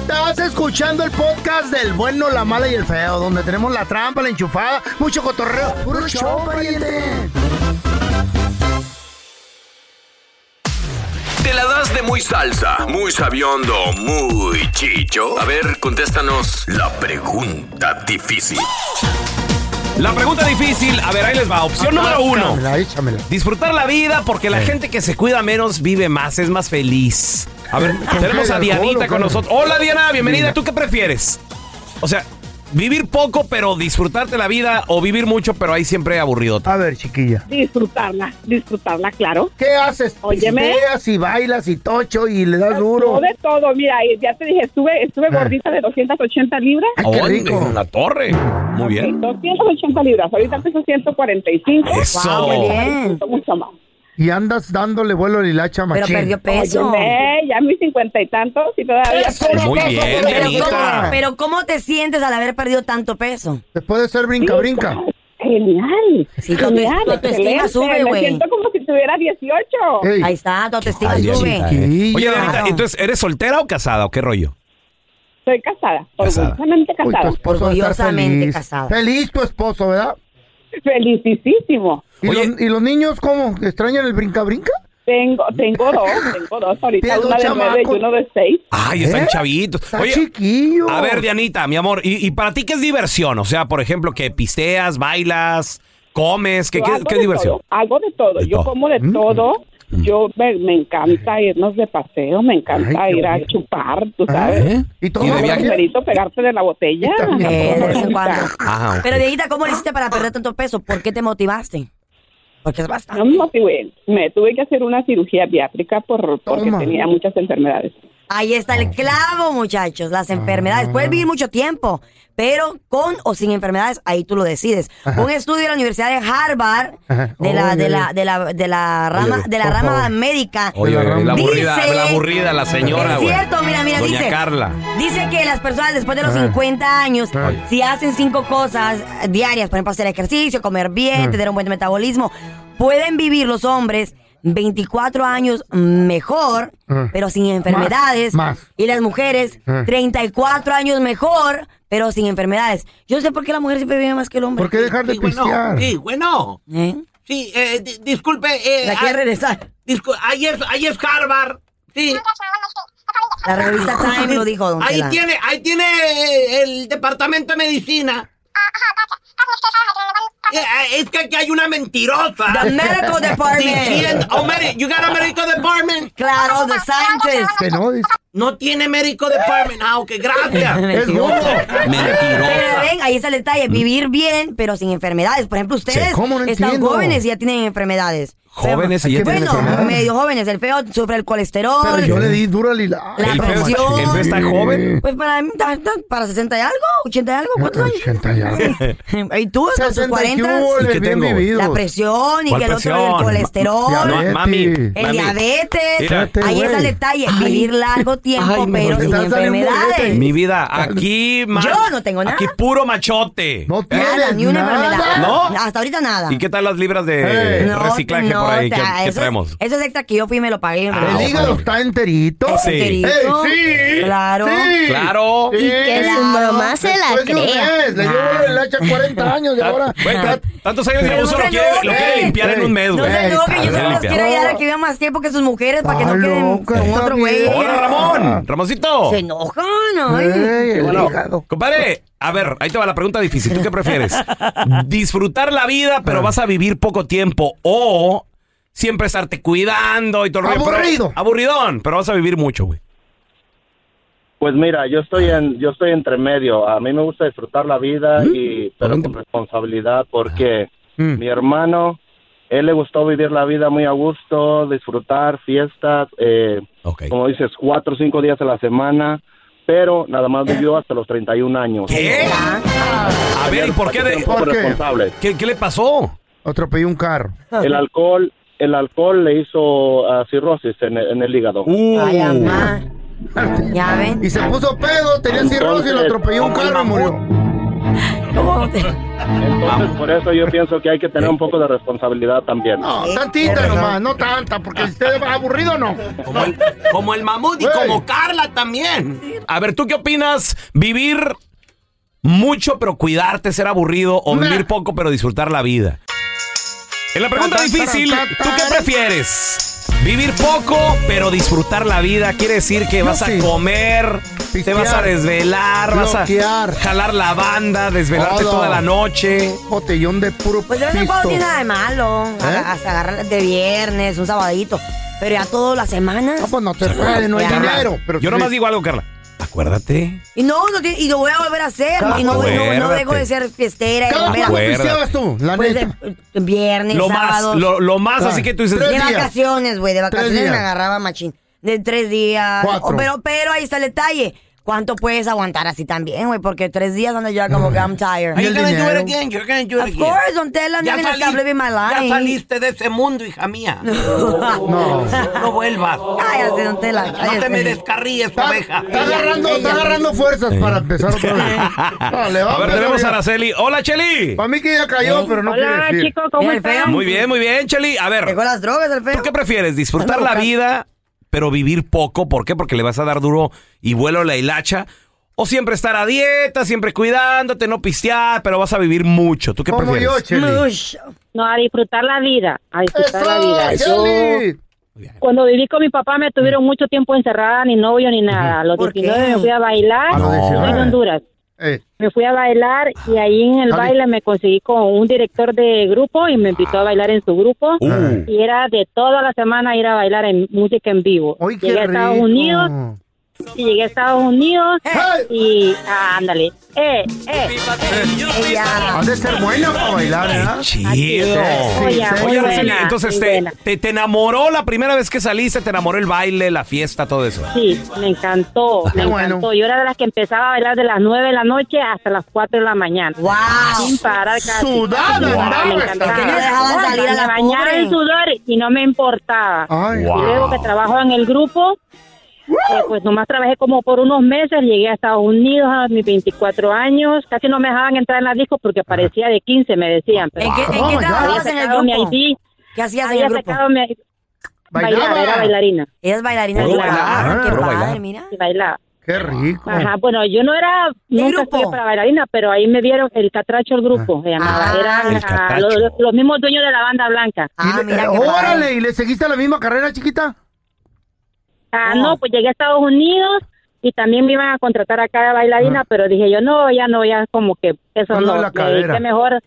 Speaker 2: Estás escuchando el podcast del bueno, la mala y el feo, donde tenemos la trampa, la enchufada, mucho cotorreo. ¡Puro show, pariente!
Speaker 5: ¿Te la das de muy salsa, muy sabiondo, muy chicho? A ver, contéstanos la pregunta difícil.
Speaker 1: La pregunta difícil. A ver, ahí les va. Opción número uno.
Speaker 2: Échamela, échamela.
Speaker 1: Disfrutar la vida porque la
Speaker 2: Sí.
Speaker 1: gente que se cuida menos vive más, es más feliz. A ver,
Speaker 2: ¿Con
Speaker 1: tenemos
Speaker 2: qué?
Speaker 1: a
Speaker 2: ¿De alcohol
Speaker 1: Dianita
Speaker 2: o
Speaker 1: con
Speaker 2: qué?
Speaker 1: nosotros. Hola Diana, bienvenida.
Speaker 2: Dina.
Speaker 1: ¿Tú qué prefieres? O sea, vivir poco pero disfrutarte la vida o vivir mucho pero ahí siempre aburrido.
Speaker 2: A ver, chiquilla.
Speaker 14: Disfrutarla, disfrutarla, claro.
Speaker 2: ¿Qué haces?
Speaker 14: Óyeme.
Speaker 2: Veas y bailas y tocho y le das duro.
Speaker 14: Yo de todo, mira, y ya te dije, estuve, estuve
Speaker 2: Ah.
Speaker 14: gordita de 280 libras.
Speaker 1: ¿Dónde? En la torre. Muy bien.
Speaker 14: 280 libras, ahorita
Speaker 2: Ah.
Speaker 14: peso 145.
Speaker 1: Eso. Wow, muy bien.
Speaker 14: Disfruto Mucho más.
Speaker 2: Y andas dándole vuelo a la hilacha, machín.
Speaker 14: Óyeme, ya mis cincuenta y tantos y todavía...
Speaker 2: Eso, Muy peso, bien,
Speaker 4: pero,
Speaker 2: Dianita.
Speaker 4: ¿cómo, pero ¿cómo te sientes al haber perdido tanto peso?
Speaker 2: Te puede ser brinca, brinca.
Speaker 14: Genial.
Speaker 4: Sí, tu autoestima- tu autoestima
Speaker 14: Ah, excelente.
Speaker 4: sube,
Speaker 14: Me
Speaker 4: güey.
Speaker 14: siento como si tuviera 18.
Speaker 4: Ahí está, tu autoestima
Speaker 1: Ay,
Speaker 4: sube.
Speaker 1: Dianita, eh. Oye, Dianita, entonces, ¿eres soltera o casada o qué rollo?
Speaker 14: Soy casada,
Speaker 1: Casada.
Speaker 14: orgullosamente
Speaker 2: Uy,
Speaker 14: casada.
Speaker 2: tu esposo va a estar feliz. Feliz tu esposo, ¿verdad?
Speaker 14: Felicísimo.
Speaker 2: ¿Y, los, y los niños cómo? ¿Extrañan el brinca-brinca?
Speaker 14: Tengo,
Speaker 2: (laughs)
Speaker 14: tengo dos, tengo dos ahorita,
Speaker 2: Tienes
Speaker 14: una
Speaker 2: dos
Speaker 14: de nueve y
Speaker 2: chamacos.
Speaker 14: uno de seis.
Speaker 1: Ay, están
Speaker 2: ¿Eh?
Speaker 1: chavitos.
Speaker 2: Está chiquillo.
Speaker 1: A ver, Dianita, mi amor, ¿y, y para ti qué es diversión? O sea, por ejemplo, que pisteas, bailas, comes, ¿qué,
Speaker 14: Yo
Speaker 1: qué,
Speaker 14: hago
Speaker 1: qué
Speaker 14: de
Speaker 1: diversión?
Speaker 14: todo, hago de todo,
Speaker 1: Ah, pues, De
Speaker 14: yo
Speaker 1: todo. Mm.
Speaker 14: como de todo. Yo me, me encanta irnos de paseo, me encanta ir a chupar, tú sabes.
Speaker 2: Y
Speaker 1: todo? Ah, ¿eh? ¿Y de viaje?
Speaker 14: Primerito pegarte de la botella.
Speaker 4: Eh, de vez en cuando.
Speaker 1: Ah, ok.
Speaker 4: Pero Dieguita, ¿cómo le hiciste para perder tanto peso? ¿Por qué te motivaste? Porque es bastante.
Speaker 14: No me motivé. Me tuve que hacer una cirugía biátrica por, porque tenía muchas enfermedades.
Speaker 4: Ahí está el clavo, muchachos. Las
Speaker 1: Ah.
Speaker 4: enfermedades. Puedes vivir mucho tiempo, pero con o sin enfermedades, ahí tú lo decides. Un estudio de la Universidad de Harvard, de la, de la, de la, de la rama,
Speaker 1: Oye,
Speaker 4: de la
Speaker 1: por
Speaker 4: rama
Speaker 1: favor.
Speaker 4: médica.
Speaker 1: Oye, oye, la aburrida,
Speaker 4: dice-
Speaker 1: la aburrida, la señora,
Speaker 4: Es
Speaker 1: güey.
Speaker 4: cierto, mira, mira,
Speaker 1: Doña
Speaker 4: dice.
Speaker 1: Carla.
Speaker 4: Dice que las personas después de los
Speaker 1: Ah.
Speaker 4: 50 años,
Speaker 1: Ah.
Speaker 4: si hacen cinco cosas eh, diarias, por ejemplo, hacer ejercicio, comer bien,
Speaker 1: Ah.
Speaker 4: tener un buen metabolismo, pueden vivir los hombres 24 años mejor,
Speaker 2: Ah.
Speaker 4: pero sin enfermedades.
Speaker 2: más.
Speaker 4: Y las mujeres
Speaker 2: Ah.
Speaker 4: 34 años mejor, pero sin enfermedades. Yo no sé por qué la mujer siempre vive más que el hombre.
Speaker 2: ¿Por qué dejar de pistear?
Speaker 6: Sí, bueno.
Speaker 4: ¿Eh?
Speaker 6: Sí, eh, di- disculpe. Eh,
Speaker 4: La quiere
Speaker 1: ah,
Speaker 6: a-
Speaker 4: regresar.
Speaker 6: discu- ahí, es, ahí es Harvard.
Speaker 4: Sí. La revista Time lo dijo, don
Speaker 17: Ahí
Speaker 4: Tela.
Speaker 17: tiene, ahí tiene eh, el departamento de medicina. Eh, Es que aquí hay una mentirosa.
Speaker 4: The medical department.
Speaker 17: Diciendo- oh, medi- you got a medical department.
Speaker 4: Claro, the scientist.
Speaker 2: Que no, dice.
Speaker 17: No tiene medical department. Ah, ok,
Speaker 4: (laughs)
Speaker 17: gracias.
Speaker 4: Es gordo. Pero
Speaker 1: Ah.
Speaker 17: Mentirosa.
Speaker 4: ven, ahí está el detalle,
Speaker 1: Mm.
Speaker 4: vivir bien, pero sin enfermedades. Por ejemplo, ustedes
Speaker 17: ¿Cómo no
Speaker 4: están
Speaker 17: entiendo?
Speaker 4: jóvenes y ya tienen enfermedades.
Speaker 1: Jóvenes y ya tienen
Speaker 4: Bueno,
Speaker 1: enfermedades.
Speaker 4: medio jóvenes, el feo sufre el colesterol.
Speaker 2: Pero yo le di dura la hilada.
Speaker 4: La
Speaker 1: El feo-
Speaker 4: presión.
Speaker 1: el feo está joven.
Speaker 4: Pues para, mí, ta- ta- para 60 y algo, 80 y algo, ¿cuántos años? (laughs) ¿Y tú hasta tus 40?
Speaker 1: ¿Y qué tengo, güey?
Speaker 4: La presión y
Speaker 1: ¿Cuál
Speaker 4: que el otro
Speaker 1: presión?
Speaker 4: el colesterol.
Speaker 1: Ma- no, mami,
Speaker 4: El
Speaker 1: mami.
Speaker 4: diabetes.
Speaker 1: Mira.
Speaker 4: ahí está el detalle, vivir largo tiempo, pero sin enfermedades.
Speaker 1: Mi vida, aquí, ma-
Speaker 4: Yo no tengo nada.
Speaker 1: Aquí puro machote. No
Speaker 4: Nada, ni una enfermedad.
Speaker 1: ¿No?
Speaker 4: Hasta ahorita nada. Eh.
Speaker 1: ¿Y qué tal las libras de
Speaker 4: No,
Speaker 1: Eh, reciclaje
Speaker 4: no,
Speaker 1: por ahí que,
Speaker 4: ta-
Speaker 1: que
Speaker 4: eso,
Speaker 1: traemos? Ah,
Speaker 4: Eso es Ah, extra que yo fui y me lo pagué. me lo
Speaker 2: El
Speaker 4: pagué.
Speaker 2: hígado está enterito.
Speaker 4: Es enterito.
Speaker 2: ¡Ey, sí!
Speaker 4: Claro.
Speaker 2: Sí.
Speaker 1: Claro.
Speaker 2: Sí.
Speaker 4: Oh, Y que
Speaker 18: su mamá se la
Speaker 2: Después de un
Speaker 18: crea.
Speaker 2: mes, Le
Speaker 4: Ah.
Speaker 2: llevo el hacha 40 años y ahora...
Speaker 1: Güey, ta- Ah, tantos años
Speaker 2: Pero
Speaker 1: de uso
Speaker 2: no
Speaker 1: lo
Speaker 2: se
Speaker 1: quiere, lo quiere
Speaker 2: enoje.
Speaker 1: limpiar en un mes,
Speaker 2: No
Speaker 1: güey.
Speaker 2: se enoje,
Speaker 4: Yo solo los
Speaker 1: Limpiar.
Speaker 4: quiero ayudar a que vivan más tiempo que sus mujeres para que no
Speaker 1: Está
Speaker 4: queden
Speaker 1: loca,
Speaker 4: con
Speaker 1: está
Speaker 4: otro güey.
Speaker 1: Hola, Ramón. Ramoncito.
Speaker 4: Se enojan, ay.
Speaker 1: Bueno, compadre, a ver, ahí te va la pregunta difícil. ¿Tú qué prefieres? ¿Disfrutar la vida, pero vas a vivir poco tiempo? ¿O siempre estarte cuidando y todo el rollo, pero-
Speaker 10: Aburrido.
Speaker 1: aburridón, pero vas a vivir mucho, güey.
Speaker 10: Pues mira, yo estoy en, yo estoy entre medio. A mí me gusta disfrutar la vida
Speaker 19: Mm.
Speaker 10: y pero con responsabilidad porque mi hermano, él le gustó vivir la vida muy a gusto, disfrutar fiestas, eh, como dices, cuatro o cinco días a la semana, pero nada más vivió hasta los 31 años.
Speaker 1: ¿Qué? A ver, ¿y por qué? de-
Speaker 10: Poco responsable.
Speaker 1: ¿Qué, qué le pasó?
Speaker 2: Atropelló un carro.
Speaker 10: El alcohol, el alcohol le hizo ah, cirrosis en, el- en el hígado.
Speaker 1: Uh.
Speaker 4: Ay, mamá. Ya ven.
Speaker 2: Y se puso pedo, tenía cirrosis y le atropelló un carro y murió.
Speaker 10: Entonces, por eso yo pienso que hay que tener un poco de responsabilidad también.
Speaker 2: No, tantita nomás, no tanta, porque si usted va aburrido, no.
Speaker 1: Como el mamut
Speaker 17: y como Carla también.
Speaker 1: A ver, ¿tú qué opinas? ¿Vivir mucho pero cuidarte, ser aburrido o vivir poco pero disfrutar la vida? En la pregunta difícil, ¿tú qué prefieres? ¿Vivir poco pero disfrutar la vida? Quiere decir que vas a comer, te vas a desvelar, vas a
Speaker 2: Bloquear.
Speaker 1: jalar la banda, desvelarte
Speaker 2: Todo.
Speaker 1: toda la noche.
Speaker 2: Botellón de puro
Speaker 4: Pues de vez en cuando
Speaker 2: pisto.
Speaker 4: tiene nada de malo.
Speaker 2: ¿Eh?
Speaker 4: Aga- Hasta agarrar de viernes, un sabadito. Pero ya todas las semanas. No,
Speaker 2: pues no te puede, no hay
Speaker 1: Carla,
Speaker 2: dinero. Pero
Speaker 1: Yo
Speaker 2: sí.
Speaker 1: nomás digo algo, Carla. Acuérdate.
Speaker 4: Y no, no tiene- y lo voy a volver a hacer.
Speaker 1: Cada
Speaker 4: y no,
Speaker 1: cuando-
Speaker 4: no- no dejo de
Speaker 1: Acuérdate.
Speaker 4: ser fiestera. y
Speaker 1: Cada
Speaker 4: comer a-
Speaker 1: cuando pisteabas
Speaker 2: tú, la
Speaker 4: Pues, eh, Viernes,
Speaker 1: Lo más,
Speaker 4: sábados.
Speaker 1: lo- lo más así que tú dices-
Speaker 4: De
Speaker 1: Tres días.
Speaker 4: vacaciones, güey. De vacaciones
Speaker 1: días.
Speaker 4: me agarraba machín. De tres días.
Speaker 1: Cuatro.
Speaker 4: O- pero, pero ahí está el detalle. ¿Cuánto puedes aguantar así también, güey? Porque tres días ando yo como que I'm tired.
Speaker 17: You're gonna do it again, you're gonna do it
Speaker 4: Of
Speaker 17: again.
Speaker 4: course, don't tell I'm
Speaker 17: Ya
Speaker 4: gonna stop
Speaker 17: saliste-
Speaker 4: living my life.
Speaker 17: Ya saliste de ese mundo, hija mía.
Speaker 4: ¿eh? (laughs)
Speaker 2: No.
Speaker 17: No vuelvas.
Speaker 4: Cállate, don Tela.
Speaker 17: No te
Speaker 4: eh.
Speaker 17: me descarríes, oveja.
Speaker 2: Está agarrando, está agarrando fuerzas para empezar otra
Speaker 4: (laughs)
Speaker 2: vez. No, le va
Speaker 1: a ver,
Speaker 2: pegar
Speaker 1: tenemos a
Speaker 2: ya.
Speaker 1: Araceli. Hola, Cheli.
Speaker 2: Para mí que ya cayó, pero no quiere decir.
Speaker 1: Muy bien, muy bien, Cheli. A ver.
Speaker 4: Dejó las drogas, el feo.
Speaker 1: ¿Tú qué prefieres? ¿Disfrutar
Speaker 4: Ando
Speaker 1: la
Speaker 4: buscando.
Speaker 1: vida, pero vivir poco? ¿Por qué? Porque le vas a dar duro y vuelo la hilacha. O siempre estar a dieta, siempre cuidándote, no pistear, pero vas a vivir mucho. ¿Tú qué prefieres?
Speaker 20: No, a disfrutar la vida, a disfrutar
Speaker 2: ¡Eso,
Speaker 20: la vida. Yo,
Speaker 2: Chely!
Speaker 20: cuando viví con mi papá me tuvieron mucho tiempo encerrada, ni novio ni nada. A los
Speaker 2: ¿Por qué?
Speaker 20: 19 me fui a bailar
Speaker 2: A los
Speaker 20: en
Speaker 2: 19.
Speaker 20: Honduras.
Speaker 2: Eh,
Speaker 20: Me fui a bailar y ahí en el
Speaker 2: Javi.
Speaker 20: baile me conseguí con un director de grupo y me invitó a bailar en su grupo.
Speaker 2: Uh.
Speaker 20: Y era de toda la semana ir a bailar en música en vivo.
Speaker 2: qué
Speaker 20: Llegué a Estados
Speaker 2: rico.
Speaker 20: Unidos y llegué a Estados Unidos y ah, ándale. Eh, eh.
Speaker 2: Ha de ser buena para bailar, ¿eh?
Speaker 1: Ah,
Speaker 2: ¿verdad?
Speaker 1: Chido.
Speaker 2: Así es. Oye,
Speaker 1: Oye,
Speaker 2: muy
Speaker 1: Araceli,
Speaker 2: buena,
Speaker 1: entonces
Speaker 20: muy
Speaker 1: te,
Speaker 20: buena.
Speaker 1: te, te enamoró la primera vez que saliste, te enamoró el baile, la fiesta, todo eso.
Speaker 20: Sí, me encantó,
Speaker 2: Ah,
Speaker 20: me encantó. Yo era de las que empezaba a bailar de las 9 de la noche hasta las 4 de la mañana.
Speaker 4: ¡Wow!
Speaker 20: Sin parar casi.
Speaker 2: Sudada
Speaker 20: Me
Speaker 2: andaba
Speaker 20: encantaba.
Speaker 2: esta. Que no dejaban salir a la
Speaker 20: Me bañaba
Speaker 2: pobre.
Speaker 20: en sudor y no me importaba.
Speaker 2: Ay.
Speaker 20: y
Speaker 2: Wow.
Speaker 20: luego que trabajo en el grupo, eh, pues nomás trabajé como por unos meses. Llegué a Estados Unidos a mis 24 años. Casi no me dejaban entrar en la disco porque parecía de 15, me decían. Pero
Speaker 4: ¿En qué, en
Speaker 20: Oh
Speaker 4: qué
Speaker 20: my God.
Speaker 4: trabajabas en
Speaker 20: Había
Speaker 4: el
Speaker 20: sacado
Speaker 4: grupo?
Speaker 20: mi ID.
Speaker 4: ¿Qué hacías en
Speaker 20: Había
Speaker 4: el grupo?
Speaker 20: sacado mi-
Speaker 4: Bailaba.
Speaker 20: Bailaba, era bailarina.
Speaker 4: Ella es bailarina.
Speaker 20: Puro
Speaker 4: de la-
Speaker 20: bailar,
Speaker 4: qué
Speaker 20: puro
Speaker 4: padre,
Speaker 20: bailar.
Speaker 4: mira.
Speaker 20: y bailaba.
Speaker 2: Qué rico.
Speaker 3: Ah.
Speaker 20: Ajá, bueno, yo no era nunca estudié para bailarina, pero ahí me vieron el catracho el grupo, se llamaba.
Speaker 4: Ah,
Speaker 20: Eran
Speaker 2: el
Speaker 20: ah,
Speaker 2: catracho.
Speaker 20: los, los mismos
Speaker 1: Ah,
Speaker 20: dueños de la banda blanca.
Speaker 2: Y le- eh, órale, ¿y le seguiste la misma carrera, chiquita?
Speaker 20: Ah, no, pues llegué a Estados Unidos y también me iban a contratar acá de bailarina, pero dije yo, no, ya no, ya como que eso
Speaker 2: Ando
Speaker 20: no,
Speaker 2: Ah. Pues la
Speaker 20: me dediqué
Speaker 2: cadera.
Speaker 20: mejor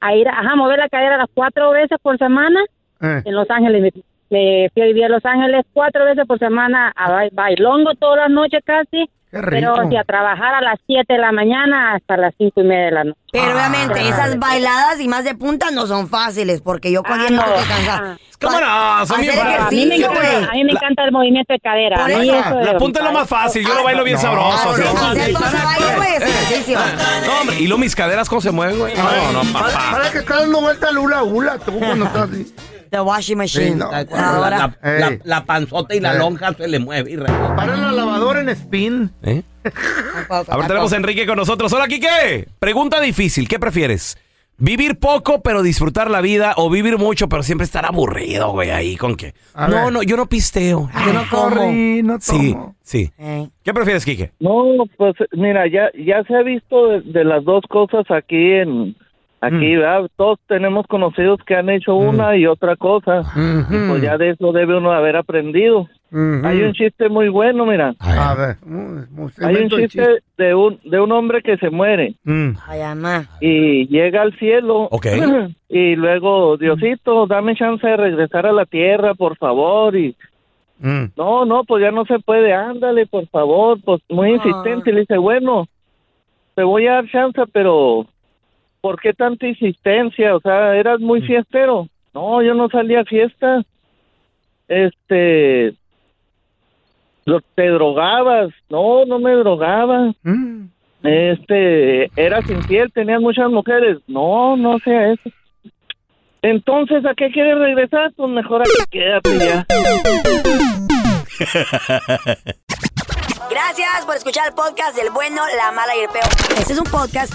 Speaker 20: a ir, ajá, mover la cadera las cuatro veces por semana
Speaker 2: Eh.
Speaker 20: en Los Ángeles. Me, me fui a vivir a Los Ángeles cuatro veces por semana a ba- bailongo todas las noches casi.
Speaker 4: rico.
Speaker 20: Pero si a trabajar a las 7 de la mañana hasta las cinco y media de la noche.
Speaker 4: Pero obviamente
Speaker 20: Ah,
Speaker 4: esas bailadas y más de punta no son fáciles porque yo cuando
Speaker 20: Ah, no.
Speaker 4: no te cansas.
Speaker 1: ¿Cómo no? Son bien
Speaker 4: Hacer
Speaker 1: fáciles.
Speaker 20: A mí me
Speaker 1: Fíjate,
Speaker 20: encanta, a mí me
Speaker 1: la-
Speaker 20: encanta el movimiento de cadera. A mí eso de
Speaker 1: La
Speaker 20: lo-
Speaker 1: punta es lo más fácil, yo lo bailo bien
Speaker 2: No,
Speaker 1: sabroso.
Speaker 2: así,
Speaker 1: así.
Speaker 2: así,
Speaker 1: Pues
Speaker 4: ¿Cómo se baila,
Speaker 2: Eh,
Speaker 4: güey? Es ejercicio.
Speaker 1: No, hombre, y lo mis caderas cómo se mueven, güey. No, no, papá.
Speaker 2: Para que estás dando vuelta al hula hula, tú cuando estás así.
Speaker 4: The washing machine.
Speaker 21: La, la- la- la panzota y la
Speaker 2: Ey. Eh.
Speaker 21: lonja se le mueve. Y re-
Speaker 2: Para la lavadora en spin.
Speaker 1: ¿Eh? A ver, tenemos a Enrique con nosotros. Hola, Quique. Pregunta difícil. ¿Qué prefieres? ¿Vivir poco pero disfrutar la vida o vivir mucho pero siempre estar aburrido, güey, ahí con qué? no, no, yo no pisteo. Yo no como.
Speaker 2: (laughs)
Speaker 1: Sí, sí. ¿Qué prefieres, Quique?
Speaker 22: No, pues mira, ya, ya se ha visto de, de las dos cosas aquí en aquí, ¿verdad? Todos tenemos conocidos que han hecho una y otra cosa. Y pues ya de eso debe uno haber aprendido. Hay un chiste muy bueno, mira.
Speaker 2: A ver.
Speaker 22: Hay un
Speaker 2: Segmento de
Speaker 22: chiste de un de un hombre que se muere
Speaker 4: Ay, amá.
Speaker 22: y llega al cielo.
Speaker 4: Ok.
Speaker 22: (clears throat) Y luego, Diosito, dame chance de regresar a la tierra, por favor, y
Speaker 14: (laughs)
Speaker 22: (laughs) no, no, pues ya no se puede, ándale, por favor, pues muy insistente. Y le dice, bueno, te voy a dar chance, pero ¿por qué tanta insistencia? O sea, eras muy fiestero. No, yo no salía a fiesta. Este, lo- te drogabas. No, no me drogaba. Este, eras infiel, tenías muchas mujeres. No, no sea eso. Entonces, ¿a qué quieres regresar? Pues mejor aquí quédate ya.
Speaker 4: Gracias por escuchar el podcast del bueno, la mala y el peor. Este es un podcast